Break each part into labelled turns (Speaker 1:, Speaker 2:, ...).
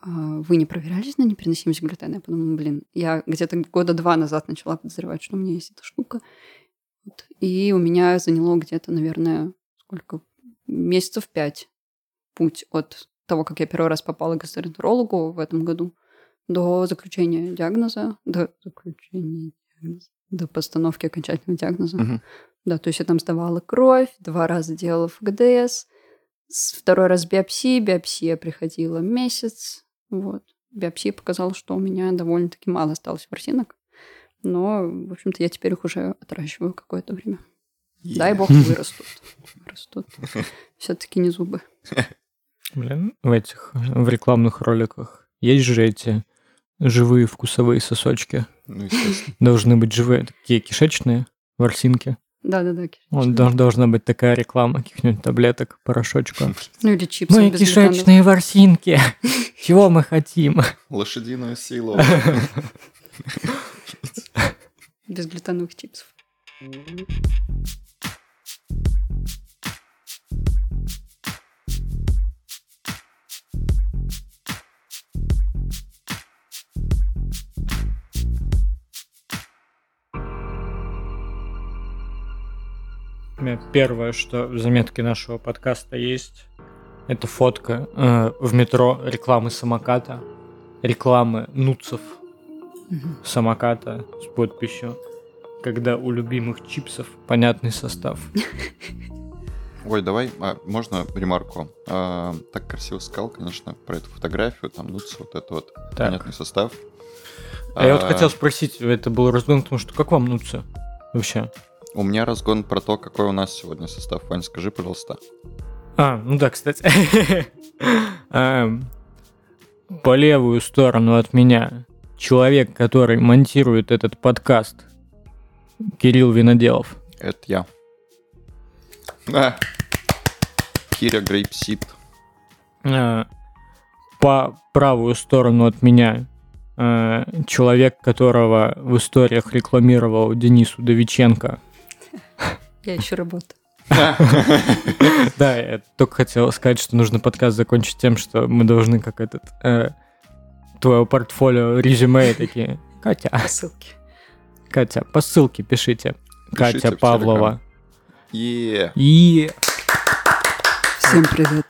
Speaker 1: А, вы не проверялись на непереносимость глютена? Я подумала, блин, я где-то года два назад начала подозревать, что у меня есть эта штука. Вот. И у меня заняло где-то, наверное, сколько? Месяцев пять путь от того, как я первый раз попала к гастроэнтерологу в этом году, до заключения диагноза, до заключения диагноза, до постановки окончательного диагноза.
Speaker 2: Мгм.
Speaker 1: Да, то есть я там сдавала кровь, два раза делала ФГДС, с- второй раз биопсия, биопсия приходила месяц, вот. Биопсия показала, что у меня довольно-таки мало осталось ворсинок, но, в общем-то, я теперь их уже отращиваю какое-то время. Дай бог вырастут. Растут. Все-таки не зубы.
Speaker 3: Блин, в этих, в рекламных роликах есть же эти живые вкусовые сосочки.
Speaker 2: Ну, естественно.
Speaker 3: Должны быть живые, такие кишечные, ворсинки.
Speaker 1: Да-да-да,
Speaker 3: Вот
Speaker 1: кишечные.
Speaker 3: дож- должна быть такая реклама каких-нибудь таблеток, порошочка.
Speaker 1: Ну или чипсы
Speaker 3: Мы
Speaker 1: без глютена.
Speaker 3: кишечные ворсинки. Чего мы хотим?
Speaker 2: Лошадиную силу.
Speaker 1: Без глютеновых чипсов.
Speaker 3: У меня первое, что в заметке нашего подкаста есть, это фотка э, в метро рекламы самоката, рекламы нуцев самоката с подписью, когда у любимых чипсов понятный состав.
Speaker 2: Ой, давай, а, можно ремарку? А, так красиво сказал, конечно, про эту фотографию, там, ну, вот это вот понятный состав.
Speaker 3: А я вот
Speaker 2: А,
Speaker 3: хотел спросить, это был разгон, потому что как вам нуцы вообще?
Speaker 2: У меня разгон про то, какой у нас сегодня состав. Вань, скажи, пожалуйста.
Speaker 3: А, ну да, кстати. Эм, По левую сторону от меня человек, который монтирует этот подкаст, Кирилл Виноделов.
Speaker 2: Это я. А. Киря Грейпсид.
Speaker 3: Э, По правую сторону от меня э, человек, которого в историях рекламировал Денис Удовиченко.
Speaker 1: Я еще работаю.
Speaker 3: Да, я только хотел сказать, что нужно подкаст закончить тем, что мы должны как этот э, твое портфолио, резюме и такие. Катя,
Speaker 1: Посылки.
Speaker 3: Катя, по ссылке пишите.
Speaker 2: Пишите в
Speaker 3: Катя
Speaker 2: Телеграм.
Speaker 3: Павлова.
Speaker 2: Е.
Speaker 3: И
Speaker 1: Всем привет.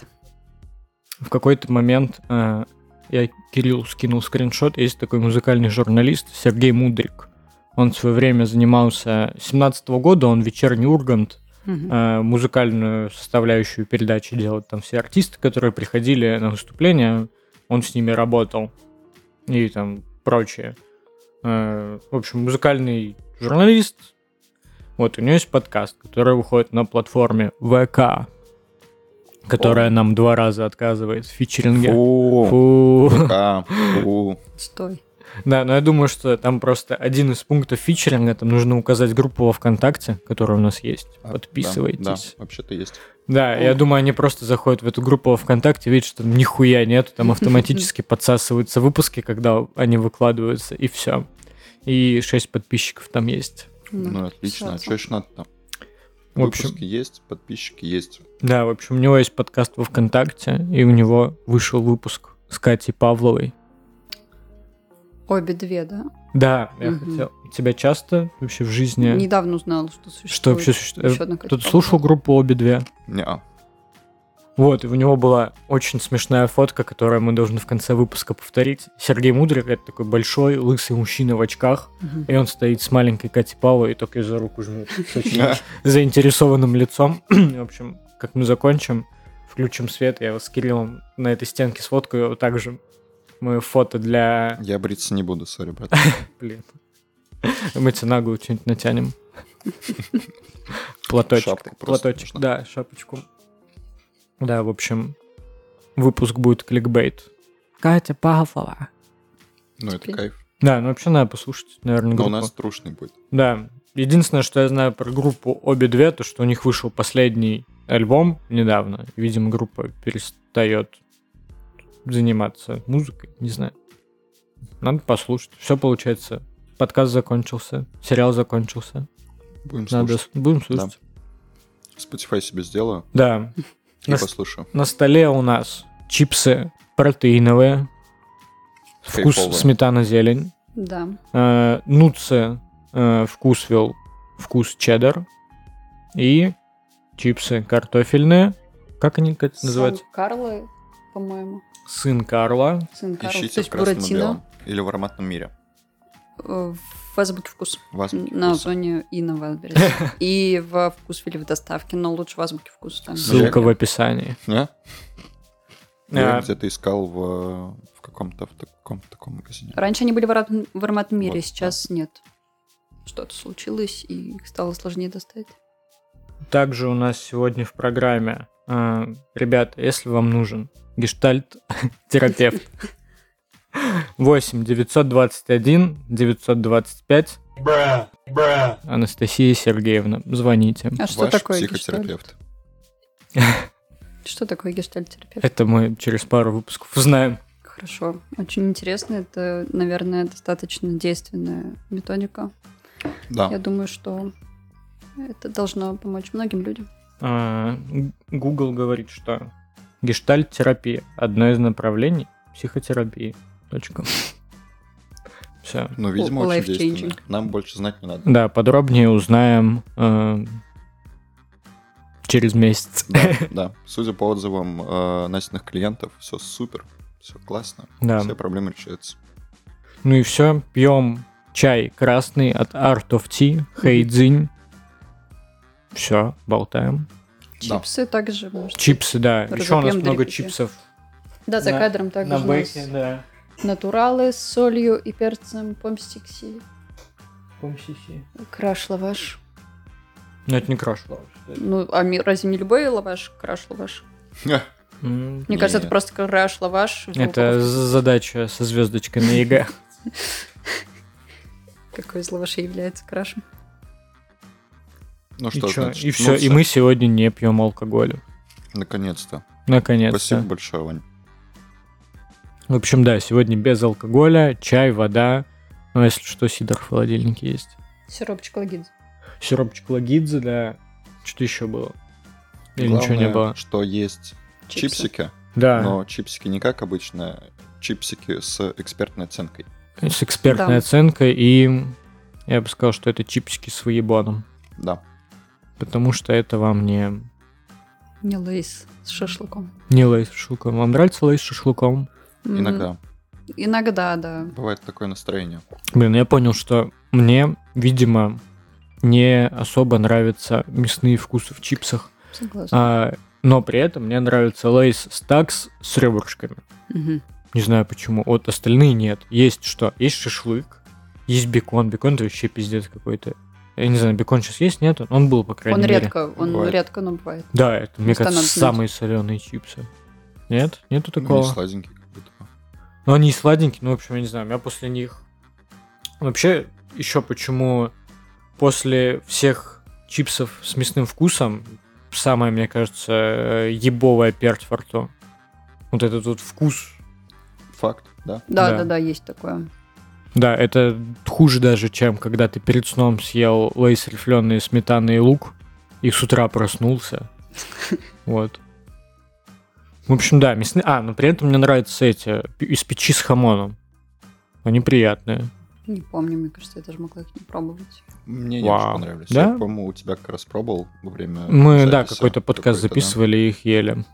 Speaker 3: в какой-то момент э, я Кирилл скинул скриншот. Есть такой музыкальный журналист Сергей Мудрик. Он в свое время занимался 17 года, он вечерний Ургант
Speaker 2: А.
Speaker 1: Мгм.
Speaker 3: э, музыкальную составляющую передачи делал. Там все артисты, которые приходили на выступление, он с ними работал и там прочее. Э, В общем, музыкальный журналист. Вот, у него есть подкаст, который выходит на платформе ВК, которая нам два раза отказывает в фичеринге.
Speaker 2: Фу.
Speaker 3: Фу.
Speaker 2: А, фу.
Speaker 1: Стой.
Speaker 3: Да, но я думаю, что там просто один из пунктов фичеринга, там нужно указать группу во ВКонтакте, которая у нас есть.
Speaker 2: А,
Speaker 3: Подписывайтесь.
Speaker 2: Да, да, вообще-то есть.
Speaker 3: Да, я думаю, они просто заходят в эту группу во ВКонтакте, видят, что там нихуя нету, там автоматически подсасываются выпуски, когда они выкладываются, и все. И 6 подписчиков там есть.
Speaker 2: Ну, отлично. А
Speaker 1: подписаться.
Speaker 2: что еще надо-то?
Speaker 3: В общем,
Speaker 2: Выпуски есть, подписчики есть.
Speaker 3: да, в общем, у него есть подкаст во ВКонтакте, и у него вышел выпуск с Катей Павловой.
Speaker 1: Обе две, да?
Speaker 3: Да, я
Speaker 1: Мгм.
Speaker 3: хотел. Тебя часто вообще в жизни...
Speaker 1: Недавно узнала, что существует.
Speaker 3: Что вообще существует?
Speaker 1: Еще одна Катя
Speaker 3: Кто-то
Speaker 1: Павлова.
Speaker 3: слушал группу обе две?
Speaker 2: Неа.
Speaker 3: Вот, и у него была очень смешная фотка, которую мы должны в конце выпуска повторить. Сергей Мудрик — это такой большой, лысый мужчина в очках,
Speaker 1: Мгм.
Speaker 3: и он стоит с маленькой Кати Павловой и только ее за руку жмет. С очень заинтересованным лицом. В общем, как мы закончим, включим свет, я вас с Кириллом на этой стенке сфоткаю, также мы фото для...
Speaker 2: Я бриться не буду, сори, брат.
Speaker 3: Блин. Мы тебе на голову что-нибудь натянем. Платочек.
Speaker 2: Шапку просто
Speaker 3: Платочек,
Speaker 2: нужно.
Speaker 3: да, шапочку. Да, в общем, выпуск будет кликбейт. Катя Павлова.
Speaker 2: Ну, это
Speaker 1: Теперь.
Speaker 2: кайф.
Speaker 3: Да, ну вообще надо послушать, наверное,
Speaker 2: Но
Speaker 3: группу.
Speaker 2: Ну, у нас трушный будет.
Speaker 3: Да. Единственное, что я знаю про группу обе две, то что у них вышел последний альбом недавно. Видимо, группа перестает заниматься музыкой, не знаю. Надо послушать. Все получается. Подкаст закончился, сериал закончился.
Speaker 2: Будем
Speaker 3: Надо
Speaker 2: слушать.
Speaker 3: с- будем слушать.
Speaker 2: Spotify себе сделаю
Speaker 3: Да.
Speaker 2: и
Speaker 3: Нас-
Speaker 2: послушаю.
Speaker 3: На столе у нас чипсы протеиновые Вкус
Speaker 2: Кайфово.
Speaker 3: сметана зелень.
Speaker 1: Да.
Speaker 3: Э, нутсы э, вкус вел вкус чеддер. И чипсы картофельные. Как они как это называются?
Speaker 1: Сан Карло, по-моему.
Speaker 3: Сын Карла.
Speaker 1: Сын Карла. То
Speaker 2: Ищите в
Speaker 1: есть
Speaker 2: красном и
Speaker 1: Буратино.
Speaker 2: белом. Или в ароматном мире.
Speaker 1: э, В Азбуке вкус.
Speaker 2: Вас
Speaker 1: На
Speaker 2: вкус.
Speaker 1: зоне и на Wildberries. И во вкусвилле в доставке, но лучше в Азбуке вкус. там.
Speaker 3: Ссылка
Speaker 2: Ссылка.
Speaker 3: в описании.
Speaker 2: А? Я
Speaker 3: А,
Speaker 2: где-то искал в, в каком-то в таком, таком магазине.
Speaker 1: Раньше они были в ароматном- в ароматном мире,
Speaker 2: Вот,
Speaker 1: сейчас нет. Что-то случилось, и их стало сложнее достать.
Speaker 3: Также у нас сегодня в программе, э, ребята, если вам нужен гештальт-терапевт, 8 921 925 Анастасия Сергеевна, звоните.
Speaker 1: А что
Speaker 2: Ваш
Speaker 1: такое гештальт?
Speaker 2: психотерапевт.
Speaker 1: Что такое гештальт-терапевт?
Speaker 3: Это мы через пару выпусков узнаем.
Speaker 1: Хорошо. Очень интересно. Это, наверное, достаточно действенная методика.
Speaker 2: Да.
Speaker 1: Я думаю, что это должно помочь многим людям.
Speaker 3: А, Google говорит, что гештальт-терапия – одно из направлений психотерапии. Точка. Все.
Speaker 2: Ну, видимо,
Speaker 1: Л-
Speaker 2: очень
Speaker 1: life-changing.
Speaker 2: действенно. Нам больше знать не надо.
Speaker 3: Да, подробнее узнаем э, через месяц.
Speaker 2: Да, да. Судя по отзывам э, Настиных клиентов, все супер, все классно,
Speaker 3: Да.
Speaker 2: все проблемы решаются.
Speaker 3: Ну и все, пьем чай красный от Art of Tea, Хейдзинь. Все, болтаем.
Speaker 2: Да.
Speaker 1: Чипсы также можно.
Speaker 3: Чипсы, да. Еще у нас
Speaker 1: Разопьем
Speaker 3: много
Speaker 1: деревья.
Speaker 3: чипсов.
Speaker 1: Да, за
Speaker 3: на-
Speaker 1: кадром также у нас
Speaker 3: да.
Speaker 1: натуралы с солью и перцем, помстикси, краш-лаваш.
Speaker 3: Но это не краш.
Speaker 1: Ну, а ми- разве не любой лаваш краш-лаваш?
Speaker 3: М,
Speaker 1: Мне кажется,
Speaker 2: Не.
Speaker 1: это просто краш-лаваш. в
Speaker 3: Это
Speaker 1: упаковке.
Speaker 3: з- задача со звездочкой на ЕГЭ.
Speaker 1: Какой из лавашей является крашем?
Speaker 2: Ну
Speaker 3: И
Speaker 2: что,
Speaker 3: чё?
Speaker 2: значит,
Speaker 3: И все,
Speaker 2: ну,
Speaker 3: и мы сегодня не пьем алкоголь.
Speaker 2: Наконец-то. Спасибо
Speaker 3: Наконец-то.
Speaker 2: большое, Вань.
Speaker 3: В общем, да, сегодня без алкоголя, чай, вода. Ну, если что, сидор в холодильнике есть.
Speaker 1: Сиропчик лагидзе.
Speaker 3: Сиропчик лагидзе, да. Что-то еще было. Или
Speaker 2: Главное,
Speaker 3: ничего не было. А.
Speaker 2: что есть чипсики,
Speaker 3: Да,
Speaker 2: но чипсики не как обычно, чипсики с экспертной оценкой.
Speaker 3: с экспертной
Speaker 1: Да.
Speaker 3: оценкой, и я бы сказал, что это чипсики с выебоном.
Speaker 2: Да.
Speaker 3: Потому что это вам не,
Speaker 1: Не лейс с шашлыком.
Speaker 3: не лейс с шашлыком. Вам нравится лейс с шашлыком?
Speaker 1: М,
Speaker 2: Иногда.
Speaker 1: Иногда, да.
Speaker 2: Бывает такое настроение.
Speaker 3: Блин, я понял, что мне, видимо, не особо нравятся мясные вкусы в чипсах,
Speaker 1: Согласна.
Speaker 3: а, но при этом мне нравится лейс стакс с ребрышками.
Speaker 1: Мгм.
Speaker 3: Не знаю почему. Вот остальные нет. Есть что? Есть шашлык, есть бекон. Бекон это вообще пиздец какой-то. Я не знаю, бекон сейчас есть, нет? Он был, по крайней
Speaker 1: Он
Speaker 3: мере.
Speaker 1: редко, он
Speaker 2: Бывает.
Speaker 1: редко, но бывает.
Speaker 3: Да, это, мне
Speaker 1: Просто
Speaker 3: кажется,
Speaker 1: надо знать.
Speaker 3: самые соленые чипсы. Нет? Нету
Speaker 2: Ну,
Speaker 3: такого?
Speaker 2: не сладенький как будто бы.
Speaker 3: Ну, они и сладенькие, ну, в общем, я не знаю, у меня после них... Вообще, еще почему после всех чипсов с мясным вкусом самое, мне кажется, э, ебовая перть во рту. Вот этот вот вкус.
Speaker 2: Факт, да?
Speaker 1: Да,
Speaker 3: Да.
Speaker 1: да, да, есть такое.
Speaker 3: Да, это хуже даже, чем когда ты перед сном съел лейс рифленые сметаны и лук, и с утра проснулся. Вот. В общем, да, мясные... А, но при этом мне нравятся эти пи- из печи с хамоном. Они приятные.
Speaker 1: Не помню, мне кажется, я даже могла их не пробовать.
Speaker 2: Мне не
Speaker 3: Вау.
Speaker 2: очень понравились.
Speaker 3: Да?
Speaker 2: Я, по-моему, у тебя как раз пробовал во время
Speaker 3: Мы,
Speaker 2: записи
Speaker 3: да, какой-то подкаст
Speaker 2: какой-то, да.
Speaker 3: записывали и их ели.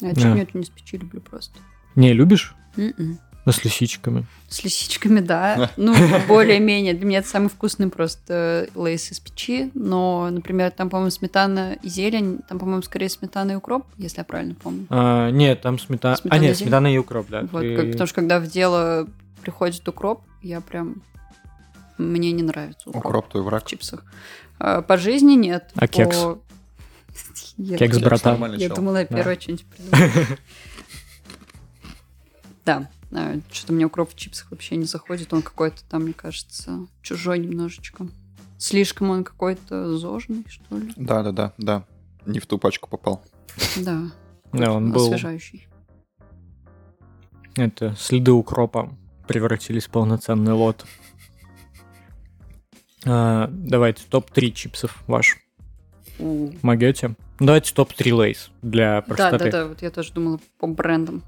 Speaker 1: Я
Speaker 3: Да.
Speaker 1: чернеть не с печи люблю просто.
Speaker 3: Не, любишь?
Speaker 1: М-м.
Speaker 3: Но с лисичками.
Speaker 1: С лисичками, да. Ну, более-менее. Для меня это самый вкусный просто лейс из печи. Но, например, там, по-моему, сметана и зелень. Там, по-моему, скорее сметана и укроп, если я правильно помню.
Speaker 3: А, нет, там сметана...
Speaker 1: Сметана
Speaker 3: а, нет,
Speaker 1: и зелень?
Speaker 3: сметана и укроп, да.
Speaker 1: Вот,
Speaker 3: Ты-
Speaker 1: как- потому что когда в дело приходит укроп, я прям... Мне не нравится укроп,
Speaker 2: Укроп твой
Speaker 1: в
Speaker 2: враг.
Speaker 1: чипсах. А, по жизни нет.
Speaker 3: А кекс?
Speaker 1: По- Я-
Speaker 3: Кекс,
Speaker 1: я-
Speaker 3: братан.
Speaker 2: нормальный
Speaker 1: Я
Speaker 2: чел.
Speaker 1: думала, я первое что-нибудь придумала. Да, а, что-то мне укроп в чипсах вообще не заходит. Он какой-то там, мне кажется, чужой немножечко. Слишком он какой-то зожный, что ли?
Speaker 2: Да, да, да, да. Не в ту пачку попал.
Speaker 1: Да,
Speaker 3: Да, он был...
Speaker 1: освежающий.
Speaker 3: Это, следы укропа превратились в полноценный лот. А, давайте топ-3 чипсов ваш.
Speaker 1: У.
Speaker 3: Могете? Давайте топ-3 лейс
Speaker 1: Да,
Speaker 3: для простоты.
Speaker 2: Ну,
Speaker 1: да, да, вот я тоже думала по брендам.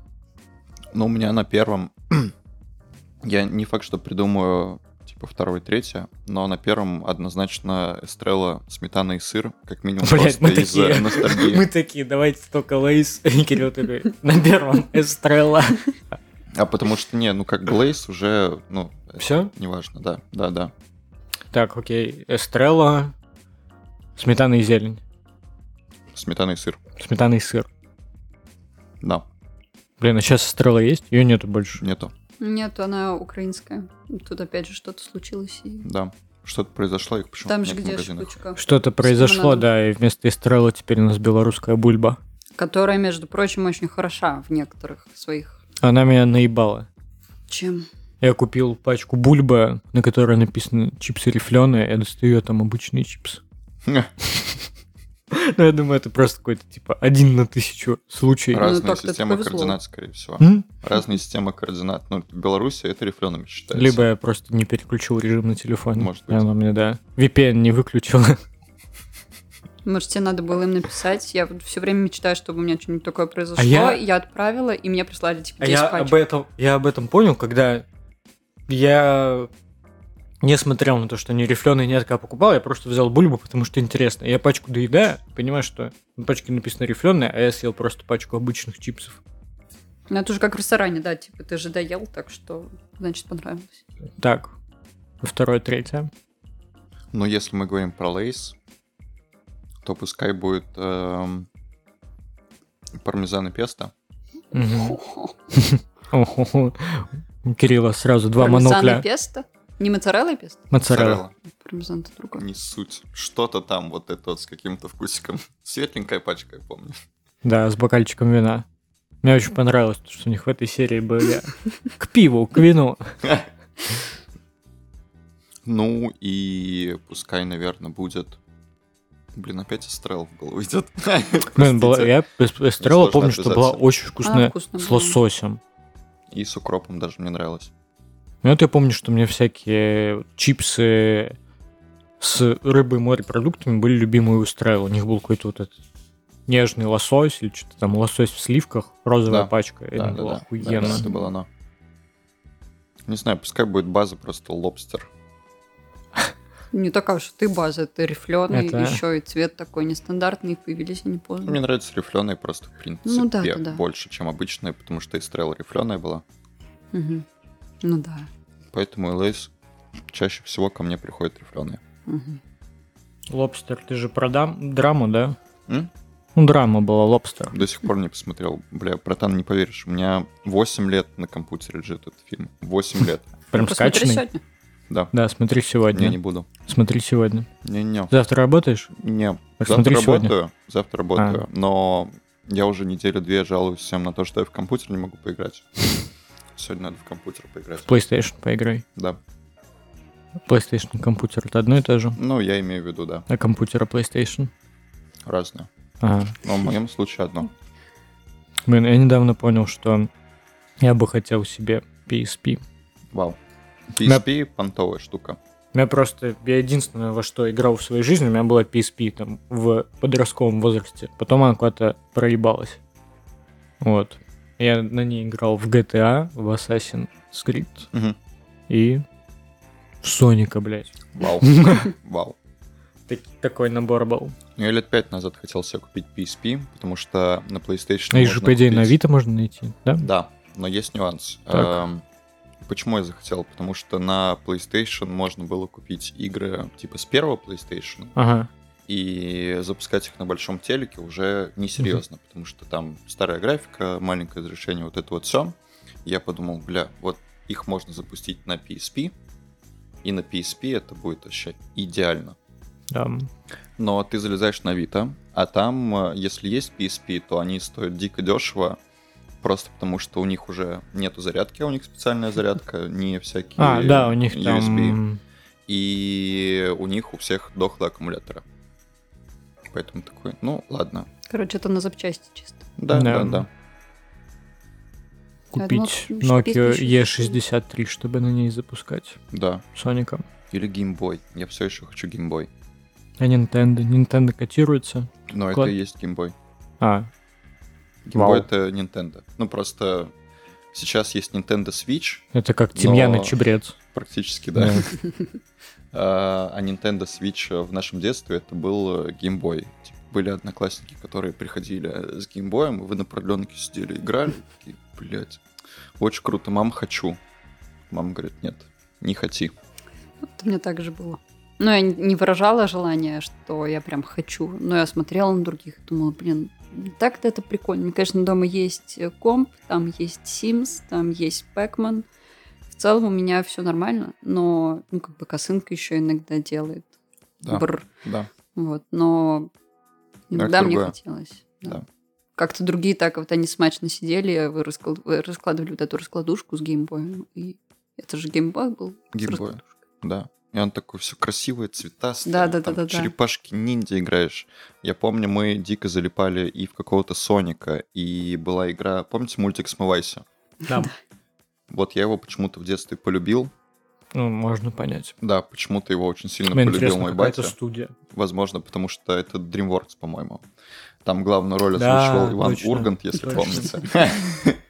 Speaker 2: Но у меня на первом Я не факт, что придумаю типа второе, третье, но на первом однозначно Эстрелла, сметана и сыр, как минимум
Speaker 3: Блять, мы
Speaker 2: просто из-за
Speaker 3: такие,
Speaker 2: ностальгии.
Speaker 3: мы такие, давайте только Лейс. И Кирилл такой, на первом Эстрелла.
Speaker 2: А потому что, не, ну как Глейс уже, ну, это
Speaker 3: Все?
Speaker 2: неважно, да, да, да.
Speaker 3: Так, окей, Эстрелла, сметана и зелень,
Speaker 2: Сметана и сыр,
Speaker 3: сметана и сыр.
Speaker 2: да,
Speaker 3: Блин, а сейчас Эстрелла есть? Ее нету больше.
Speaker 2: нету,
Speaker 1: Нет, она украинская. Тут опять же что-то случилось. И...
Speaker 2: да. Что-то произошло, их почему
Speaker 1: Там
Speaker 2: нет
Speaker 1: же
Speaker 2: в
Speaker 1: где
Speaker 2: магазинах.
Speaker 1: штучка.
Speaker 3: Что-то произошло,
Speaker 1: Лимонадом.
Speaker 3: да, и вместо Эстрелла теперь у нас белорусская бульба.
Speaker 1: Которая, между прочим, очень хороша в некоторых своих...
Speaker 3: Она меня наебала.
Speaker 1: Чем?
Speaker 3: Я купил пачку бульба, на которой написано чипсы рифленые, я достаю а там обычные чипсы. Ну, я думаю, это просто какой-то, типа, один на тысячу случай.
Speaker 1: Раз.
Speaker 2: Разные
Speaker 1: так-то это
Speaker 2: системы
Speaker 1: повезло.
Speaker 2: координат, скорее всего.
Speaker 3: М?
Speaker 2: Разные системы координат. Ну, Беларусь это рифленами считается.
Speaker 3: Либо я просто не переключил режим на телефоне.
Speaker 2: Может
Speaker 3: Может
Speaker 2: быть.
Speaker 3: Она мне, да. VPN не выключила.
Speaker 1: Может, тебе надо было им написать? Я все время мечтаю, чтобы у меня что-нибудь такое произошло.
Speaker 3: А я-
Speaker 1: я отправила, и мне прислали типа
Speaker 3: А
Speaker 1: 10
Speaker 3: я
Speaker 1: пачек.
Speaker 3: об этом, я об этом понял, когда я не смотрел на то, что ни рифленый, ни откак покупал, я просто взял бульбу, потому что интересно. Я пачку доедаю, понимаю, что на пачке написано рифленая, а я съел просто пачку обычных чипсов.
Speaker 1: Ну, это же как в ресторане, да, типа ты же доел, так что, значит, понравилось.
Speaker 3: Так, второе, третье.
Speaker 2: Но если мы говорим про лейс, то пускай будет эм, пармезан и песто.
Speaker 3: Мгм. Охо-хо. У Кирилла сразу два
Speaker 1: Пармезан и
Speaker 3: монокля.
Speaker 1: песто? Не моцарелла и песто?
Speaker 3: Моцарелла.
Speaker 1: Пармезан это другое.
Speaker 2: Не суть. Что-то там вот это вот с каким-то вкусиком. Светленькая пачка, я помню.
Speaker 3: Да, с бокальчиком вина. Мне очень понравилось, то, что у них в этой серии были к пиву, к вину.
Speaker 2: Ну и пускай, наверное, будет... Блин, опять стрел в голову идет.
Speaker 3: Блин, была-
Speaker 2: Простите.
Speaker 3: Ну, я из- из стрела
Speaker 2: Сложно
Speaker 3: помню, что была
Speaker 2: отвязаться.
Speaker 3: очень вкусная
Speaker 1: вкусная
Speaker 3: с
Speaker 1: была.
Speaker 3: лососем.
Speaker 2: И с укропом даже мне нравилось.
Speaker 3: Ну, это я помню, что мне всякие чипсы с рыбой и морепродуктами были любимые у Стрелла. У них был какой-то вот этот нежный лосось или что-то там, лосось в сливках, розовая
Speaker 2: Да.
Speaker 3: пачка. Это
Speaker 2: Да, да,
Speaker 3: было
Speaker 2: да.
Speaker 3: охуенно.
Speaker 2: Да, Это было оно. Не знаю, пускай будет база просто лобстер.
Speaker 1: Не такая уж ты база, это рифленый,
Speaker 3: Это-
Speaker 1: еще и цвет такой нестандартный, появились они поздно.
Speaker 2: Мне нравятся рифленые просто, в принципе,
Speaker 1: Ну да, да, да.
Speaker 2: больше, чем обычные, потому что и стрела рифленая была.
Speaker 1: Мгм. Ну да.
Speaker 2: Поэтому Лейс чаще всего ко мне приходят рифленые.
Speaker 1: Мгм.
Speaker 3: Лобстер, ты же продам драму, да?
Speaker 2: М?
Speaker 3: Ну, драма была, лобстер.
Speaker 2: До сих пор не посмотрел. Бля, братан, не поверишь, у меня 8 лет на компьютере лежит этот фильм. 8 лет.
Speaker 3: Прям
Speaker 1: Посмотри
Speaker 3: скачанный.
Speaker 1: сегодня.
Speaker 2: Да.
Speaker 3: Да, смотри
Speaker 2: Не,
Speaker 3: сегодня.
Speaker 2: не буду.
Speaker 3: Смотри сегодня.
Speaker 2: Не-не-не.
Speaker 3: Завтра работаешь?
Speaker 2: Не.
Speaker 3: Так
Speaker 2: Завтра
Speaker 3: смотри сегодня.
Speaker 2: работаю. Завтра работаю. Но я уже неделю-две жалуюсь всем на то, что я в компьютер не могу поиграть. Сегодня надо в компьютер поиграть.
Speaker 3: В PlayStation поиграй.
Speaker 2: Да.
Speaker 3: PlayStation и компьютер это одно и то же.
Speaker 2: Ну, я имею в виду, да.
Speaker 3: А компьютера PlayStation.
Speaker 2: Разное.
Speaker 3: Ага.
Speaker 2: Но в моем случае одно.
Speaker 3: Блин, я недавно понял, что я бы хотел себе PSP.
Speaker 2: Вау. PSP понтовая штука.
Speaker 3: У меня просто, я единственное, во что играл в своей жизни, у меня была PSP там в подростковом возрасте. Потом она куда-то проебалась. Вот. Я на ней играл в GTA, в Assassin's Creed
Speaker 2: Мгм.
Speaker 3: и в Соника, блядь.
Speaker 2: Вау. Вау.
Speaker 3: Так- такой набор был.
Speaker 2: Ну, Я лет пять назад хотел себе купить PSP, потому что на PlayStation
Speaker 3: А их
Speaker 2: можно
Speaker 3: же, по идее, на
Speaker 2: купить-
Speaker 3: Авито можно найти, да?
Speaker 2: Да, но есть нюанс.
Speaker 3: Так.
Speaker 2: Эм, Почему я захотел? Потому что на PlayStation можно было купить игры типа с первого PlayStation
Speaker 3: Ага.
Speaker 2: и запускать их на большом телеке уже несерьезно, потому что там старая графика, маленькое разрешение, вот это вот все. Я подумал, бля, вот их можно запустить на PSP, и на PSP это будет вообще идеально.
Speaker 3: Да.
Speaker 2: Но ты залезаешь на Авито, а там, э, если есть PSP, то они стоят дико дешево, просто потому что у них уже нету зарядки, а у них специальная зарядка, не всякие
Speaker 3: А, да, у них
Speaker 2: USB.
Speaker 3: там...
Speaker 2: И у них у всех дохлые аккумуляторы. Поэтому такой, ну ладно.
Speaker 1: Короче, это на запчасти чисто.
Speaker 2: Да, да,
Speaker 3: Да.
Speaker 2: да.
Speaker 3: купить
Speaker 1: Я думала,
Speaker 3: Nokia
Speaker 1: PSP ещё
Speaker 3: E63, чтобы на ней запускать
Speaker 2: да.
Speaker 3: Соника.
Speaker 2: Или геймбой. Я все еще хочу геймбой.
Speaker 3: А Nintendo? Nintendo котируется?
Speaker 2: Но
Speaker 3: Клад-
Speaker 2: это и есть геймбой.
Speaker 3: А,
Speaker 2: Геймбой
Speaker 3: Вау.
Speaker 2: это Nintendo. Ну просто Сейчас есть Nintendo Switch,
Speaker 3: Это как Тимьян
Speaker 2: Но-
Speaker 3: и Чебрец.
Speaker 2: практически, да. А а Nintendo Switch в нашем детстве это был э, Game Boy. Типа, Были одноклассники, которые приходили э, с геймбоем, вы на продленке сидели, играли, и, блядь, очень круто, мам, хочу. Мама говорит, нет, не хоти.
Speaker 1: Вот у меня так же было. Но я не- не выражала желание, что я прям хочу. Но я смотрела на других и думала, блин, так-то это прикольно. Мне, конечно, дома есть э, комп, там есть Sims, там есть Pac-Man. В целом у меня все нормально, но ну, как бы косынка еще иногда делает.
Speaker 2: Да,
Speaker 1: Бррр.
Speaker 2: да.
Speaker 1: Вот, но иногда мне
Speaker 2: другое.
Speaker 1: хотелось. да.
Speaker 2: Да.
Speaker 1: Как-то другие так вот они смачно сидели, вы расклад- вы раскладывали вот эту раскладушку с геймбоем. И это же геймбой был. с
Speaker 2: Геймбой. Да. И он такой все красивое, цветастое.
Speaker 1: Да-да-да-да-да.
Speaker 2: там Черепашки ниндзя играешь. Я помню, мы дико залипали и в какого-то Соника, и была игра, помните мультик «Смывайся»?
Speaker 3: Да.
Speaker 2: Вот я его почему-то в детстве полюбил.
Speaker 3: Ну, можно понять.
Speaker 2: Да, почему-то его очень сильно
Speaker 3: Мне
Speaker 2: Ну, полюбил
Speaker 3: интересно,
Speaker 2: мой
Speaker 3: какая
Speaker 2: батя.
Speaker 3: это студия.
Speaker 2: Возможно, потому что это DreamWorks, по-моему. Там главную роль
Speaker 3: Да,
Speaker 2: озвучивал Иван
Speaker 3: точно,
Speaker 2: Ургант, если
Speaker 3: точно.
Speaker 2: помните.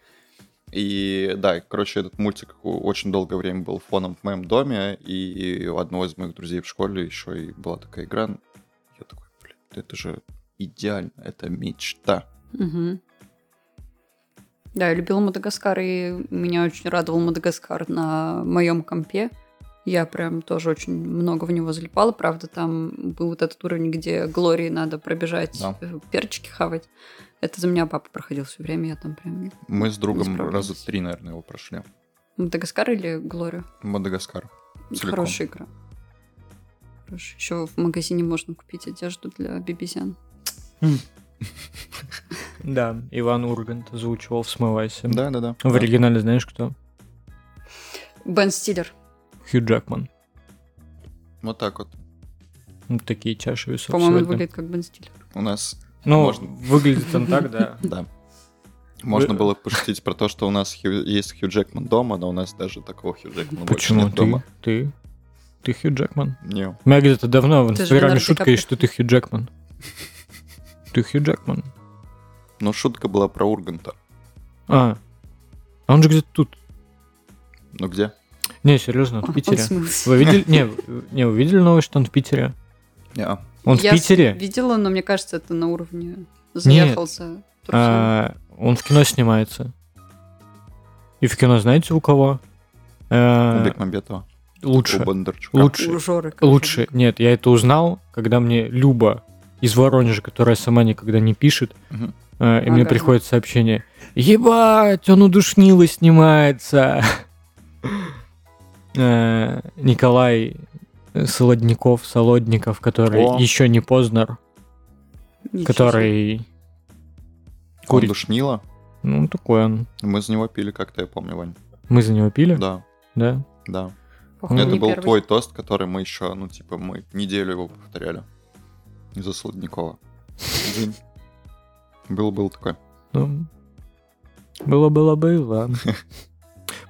Speaker 2: И да, короче, этот мультик очень долгое время был фоном в моем доме, и у одного из моих друзей в школе еще и была такая игра. Я такой, блин, это же идеально, это мечта.
Speaker 1: Мгм. Да, я любила Мадагаскар, и меня очень радовал Мадагаскар на моем компе. Я прям тоже очень много в него залипала. Правда, там был вот этот уровень, где Глории надо пробежать,
Speaker 2: Да.
Speaker 1: э, перчики хавать. Это за меня папа проходил все время, я там прям...
Speaker 2: Мы с другом
Speaker 1: справлялись.
Speaker 2: раза три, наверное, его прошли.
Speaker 1: Мадагаскар или Глорию?
Speaker 2: Мадагаскар. Целиком.
Speaker 1: Хорошая игра. Еще в магазине можно купить одежду для бибизян.
Speaker 3: Да, Иван Ургант озвучивал в «Смывайся».
Speaker 2: Да-да-да.
Speaker 3: В оригинале знаешь кто?
Speaker 1: Бен Стиллер.
Speaker 3: Хью Джекман.
Speaker 2: Вот так вот.
Speaker 3: Ну, такие чаши весов
Speaker 1: По-моему, он
Speaker 3: сегодня.
Speaker 1: выглядит как Бен Стиллер.
Speaker 2: У нас,
Speaker 3: Ну,
Speaker 2: Можно.
Speaker 3: выглядит он так, да.
Speaker 2: да, Можно
Speaker 3: Вы-
Speaker 2: было пошутить про то, что у нас Хью- есть Хью Джекман дома, но у нас даже такого Хью Джекмана больше
Speaker 3: Почему
Speaker 2: нет
Speaker 3: ты?
Speaker 2: дома.
Speaker 3: Ты? Ты Хью Джекман?
Speaker 2: Не,
Speaker 3: У меня где-то давно в
Speaker 1: Ты же
Speaker 3: инстаграме
Speaker 1: Леонардо Ди
Speaker 3: шутка
Speaker 1: Каприо.
Speaker 3: есть, что ты Хью Джекман. Ты Хью Джекман.
Speaker 2: но ну, шутка была про Урганта.
Speaker 3: А, а он же где-то тут.
Speaker 2: Ну где?
Speaker 3: Не, серьезно, он в
Speaker 1: Он
Speaker 3: Питере.
Speaker 1: смылся.
Speaker 3: Вы видели? Не, вы- не, вы видели новость, что он в Питере?
Speaker 2: Неа.
Speaker 3: Он
Speaker 1: Я
Speaker 3: в Питере?
Speaker 1: с- видела, но мне кажется, это на уровне заехал за Турцию.
Speaker 3: А, он в кино снимается. И в кино знаете у кого?
Speaker 2: У
Speaker 3: А,
Speaker 2: Бекмамбетова.
Speaker 3: лучше.
Speaker 2: У Бондарчука.
Speaker 3: Лучше.
Speaker 1: У Жоры, как
Speaker 3: Лучше.
Speaker 1: же.
Speaker 3: Нет, я это узнал, когда мне Люба из Воронежа, которая сама никогда не пишет,
Speaker 2: Мгм.
Speaker 3: э, и мне
Speaker 1: Ага.
Speaker 3: приходит сообщение. Ебать, он удушнил и снимается. Э, Николай Солодников, Солодников, который
Speaker 2: О.
Speaker 3: еще не Познер,
Speaker 1: Ничего себе.
Speaker 3: который...
Speaker 2: Он
Speaker 3: Курит.
Speaker 2: душнило.
Speaker 3: Ну, такой он.
Speaker 2: Мы за него пили как-то, я помню, Вань.
Speaker 3: Мы за него пили,
Speaker 2: Да,
Speaker 3: да?
Speaker 2: да.
Speaker 1: Похоже,
Speaker 2: Это
Speaker 1: не
Speaker 2: был
Speaker 1: первый.
Speaker 2: твой тост, который мы еще, ну, типа, мы неделю его повторяли. Из-за Солодникова. Блин. Был-был такой.
Speaker 3: Ну, было, было, было.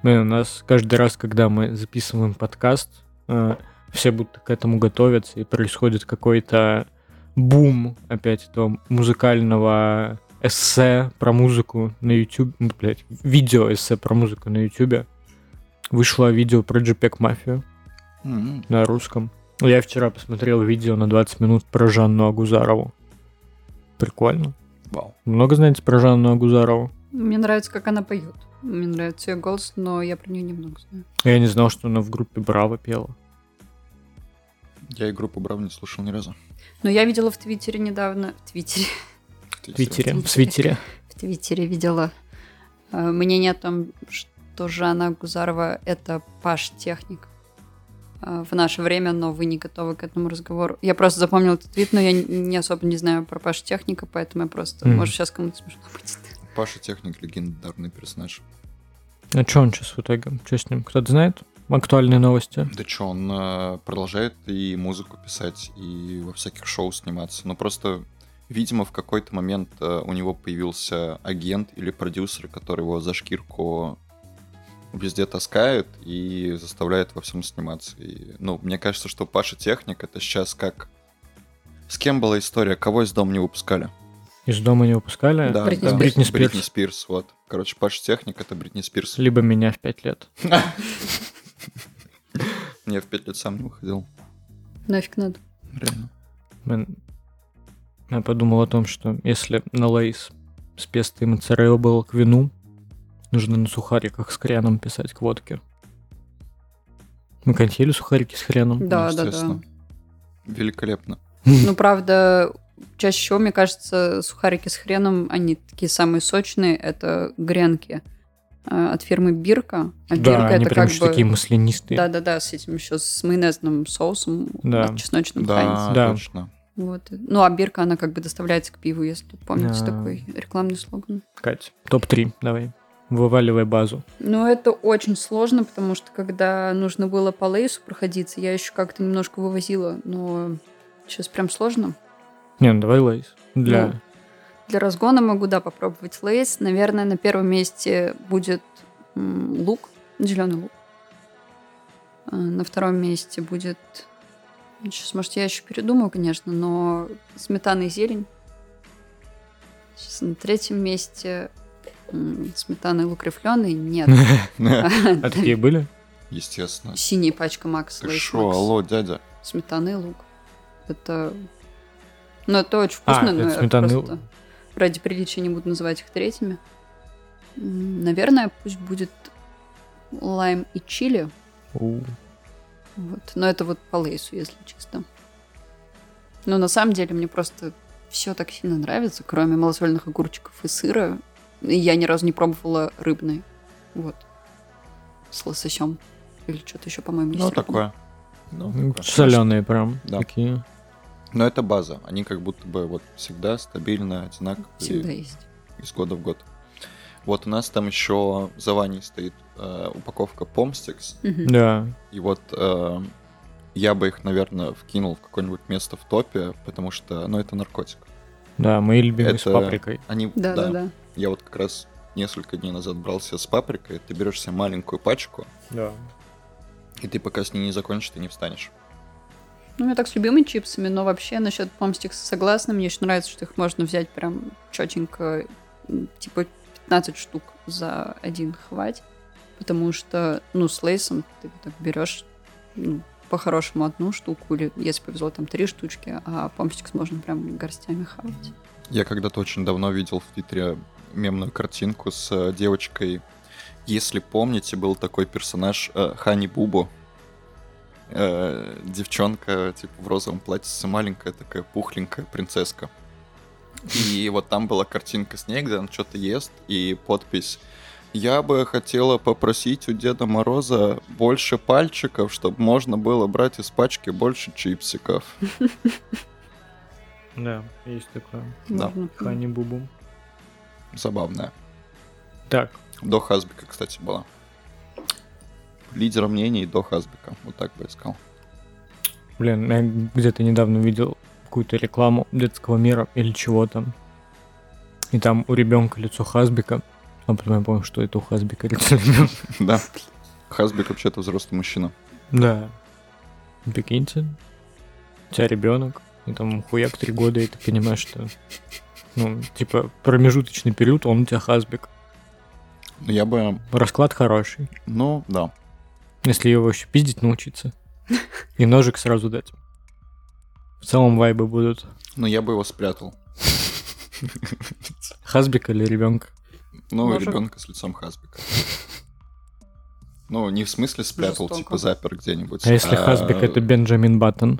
Speaker 3: Блин, у нас каждый раз, когда мы записываем подкаст, э, все будто к этому готовятся, и происходит какой-то бум опять этого музыкального эссе про музыку на YouTube, ну, блядь, видео эссе про музыку на YouTube. Вышло видео про E JPEG Мафию
Speaker 2: М,
Speaker 3: на русском. Я вчера посмотрел видео на 20 минут про Жанну Агузарову. Прикольно.
Speaker 2: Вау.
Speaker 3: Много знаете про Жанну Агузарову?
Speaker 1: Мне нравится, как она поет. Мне нравится ее голос, но я про нее немного знаю.
Speaker 3: Я не знал, что она в группе Браво пела.
Speaker 2: Я и группу Брав не слушал ни разу.
Speaker 1: Но я видела в Твиттере недавно... В Твиттере.
Speaker 2: Ты
Speaker 3: В Твиттере.
Speaker 1: В
Speaker 3: В свитере.
Speaker 1: В Твиттере видела э, мнение о том, что Жанна Гузарова — это паш-техник э, в наше время, но вы не готовы к этому разговору. Я просто запомнила этот твит, но я н- не особо не знаю про паш-техника, поэтому я просто...
Speaker 3: Мгм.
Speaker 1: Может, сейчас кому-то смешно будет.
Speaker 2: Паша Техник, легендарный персонаж.
Speaker 3: А что он сейчас в итоге? Что с ним? Кто-то знает? Актуальные новости.
Speaker 2: Да чё, он э, продолжает и музыку писать, и во всяких шоу сниматься. Ну просто, видимо, в какой-то момент э, у него появился агент или продюсер, который его за шкирку везде таскает и заставляет во всем сниматься. И, ну, мне кажется, что Паша Техник это сейчас как... С кем была история? Кого из дома не выпускали?
Speaker 3: Из дома не выпускали?
Speaker 1: Э,
Speaker 2: Да,
Speaker 1: Бритни
Speaker 2: да.
Speaker 1: Спирс.
Speaker 3: Бритни Спирс.
Speaker 2: Бритни Спирс, вот. Короче, Паш Техник — это Бритни Спирс.
Speaker 3: Либо меня в пять лет.
Speaker 2: Я в пять лет сам не выходил.
Speaker 1: Нафиг надо.
Speaker 2: Реально.
Speaker 3: Блин. Я подумал о том, что если на лейс с пестой и моцарелла было к вину, нужно на сухариках с хреном писать к водке. Мы когда ели сухарики с хреном.
Speaker 1: Да, да,
Speaker 2: Ну,
Speaker 1: да.
Speaker 2: естественно. Великолепно.
Speaker 1: Ну, правда, чаще всего, мне кажется, сухарики с хреном, они такие самые сочные, это гренки э, от фирмы Бирка. А
Speaker 3: Да, они прям еще такие маслянистые.
Speaker 1: Да-да-да, с этим еще с майонезным соусом,
Speaker 3: Да.
Speaker 1: от чесночным
Speaker 2: Да,
Speaker 3: Да.
Speaker 2: точно.
Speaker 1: Вот. Ну, а бирка, она как бы доставляется к пиву, если помните
Speaker 3: Да.
Speaker 1: такой рекламный слоган.
Speaker 3: Кать, топ-3, давай. Вываливай базу.
Speaker 1: Но это очень сложно, потому что когда нужно было по лейсу проходиться, я еще как-то немножко вывозила, но сейчас прям сложно.
Speaker 3: Не, ну давай лейс. Для...
Speaker 1: Ну. Для разгона могу, да, попробовать лейс. Наверное, на первом месте будет м, лук, зеленый лук. А, На втором месте будет... Сейчас, может, я еще передумаю, конечно, но сметана и зелень. Сейчас на третьем месте м, сметана и лук рифленый. Нет.
Speaker 3: А такие были?
Speaker 2: Естественно.
Speaker 1: Синяя пачка Макс
Speaker 2: Ты
Speaker 1: Лейс
Speaker 2: шо,
Speaker 1: Макс.
Speaker 2: алло, дядя?
Speaker 1: Сметана и лук. Это... Ну, это очень
Speaker 3: А,
Speaker 1: вкусно,
Speaker 3: это
Speaker 1: но я
Speaker 3: сметана и лук.
Speaker 1: просто ради приличия не буду называть их третьими. М, Наверное, пусть будет лайм и чили.
Speaker 3: У. ну,
Speaker 1: Вот. Но это вот по лейсу, если чисто. Но на самом деле мне просто все так сильно нравится, кроме малосольных огурчиков и сыра. И Я ни разу не пробовала рыбный. Вот. С лососем. Или что-то еще, по-моему, есть.
Speaker 2: Ну,
Speaker 1: рыба.
Speaker 2: такое. Ну, такое.
Speaker 3: Соленые прям.
Speaker 2: Да.
Speaker 3: Такие.
Speaker 2: Но это база. Они как будто бы вот всегда стабильно, одинаковые.
Speaker 1: Всегда есть.
Speaker 2: Из года в год. Вот у нас там еще за Ваней стоит э, упаковка Помстикс.
Speaker 1: Мгм.
Speaker 3: Да.
Speaker 2: И вот э, я бы их, наверное, вкинул в какое-нибудь место в топе, потому что, ну, это наркотик.
Speaker 3: Да, мои любимые с
Speaker 2: Это-
Speaker 3: паприкой.
Speaker 2: Они,
Speaker 1: Да, да, да.
Speaker 2: Я вот как раз несколько дней назад брался с паприкой. Ты берешь себе маленькую пачку,
Speaker 3: Да.
Speaker 2: и ты пока с ней не закончишь, ты не встанешь.
Speaker 1: Ну, я так с любимыми чипсами, но вообще насчет помстикс согласна. Мне еще нравится, что их можно взять прям четенько, м, типа 15 штук за один хватит. Потому что, ну, с лейсом ты вот так берешь, ну, по-хорошему одну штуку, или, если повезло, там три штучки, а помстикс можно прям горстями хавать.
Speaker 2: Я когда-то очень давно видел в Твиттере мемную картинку с э, девочкой. Если помните, был такой персонаж э, Хани Бубу. Э, девчонка, типа, в розовом платье, маленькая такая пухленькая принцесска. И вот там была картинка с ней, где она что-то ест, и подпись «Я бы хотела попросить у Деда Мороза больше пальчиков, чтобы можно было брать из пачки больше чипсиков».
Speaker 3: Да, есть такое.
Speaker 2: Да.
Speaker 1: Можно.
Speaker 3: Хани Бубу.
Speaker 2: Забавная.
Speaker 3: Так,
Speaker 2: До Хазбика, кстати, была. Лидер мнений до Хазбика. Вот так бы искал.
Speaker 3: блин, я где-то недавно видел какую-то рекламу детского мира или чего-то. И там у ребенка лицо Хазбика. А потом я понял, что это у Хазбика лицо ребенка.
Speaker 2: Да. Хазбик вообще-то взрослый мужчина.
Speaker 3: Да. Прикиньте, у тебя ребенок, и там хуяк три года, и ты понимаешь, что ну, типа, промежуточный период, он у тебя хазбик.
Speaker 2: Но я бы...
Speaker 3: Расклад хороший.
Speaker 2: Ну, да.
Speaker 3: Если ее вообще пиздить научиться. И ножик сразу дать. В целом вайбы будут.
Speaker 2: Но я бы его спрятал.
Speaker 3: Хазбик или ребенка?
Speaker 2: Ну,
Speaker 1: Может.
Speaker 2: ребенка с лицом Хазбика. Ну, не в смысле спрятал,
Speaker 1: Жестоко.
Speaker 2: типа запер где-нибудь.
Speaker 3: А если Хазбик это Бенджамин Баттон?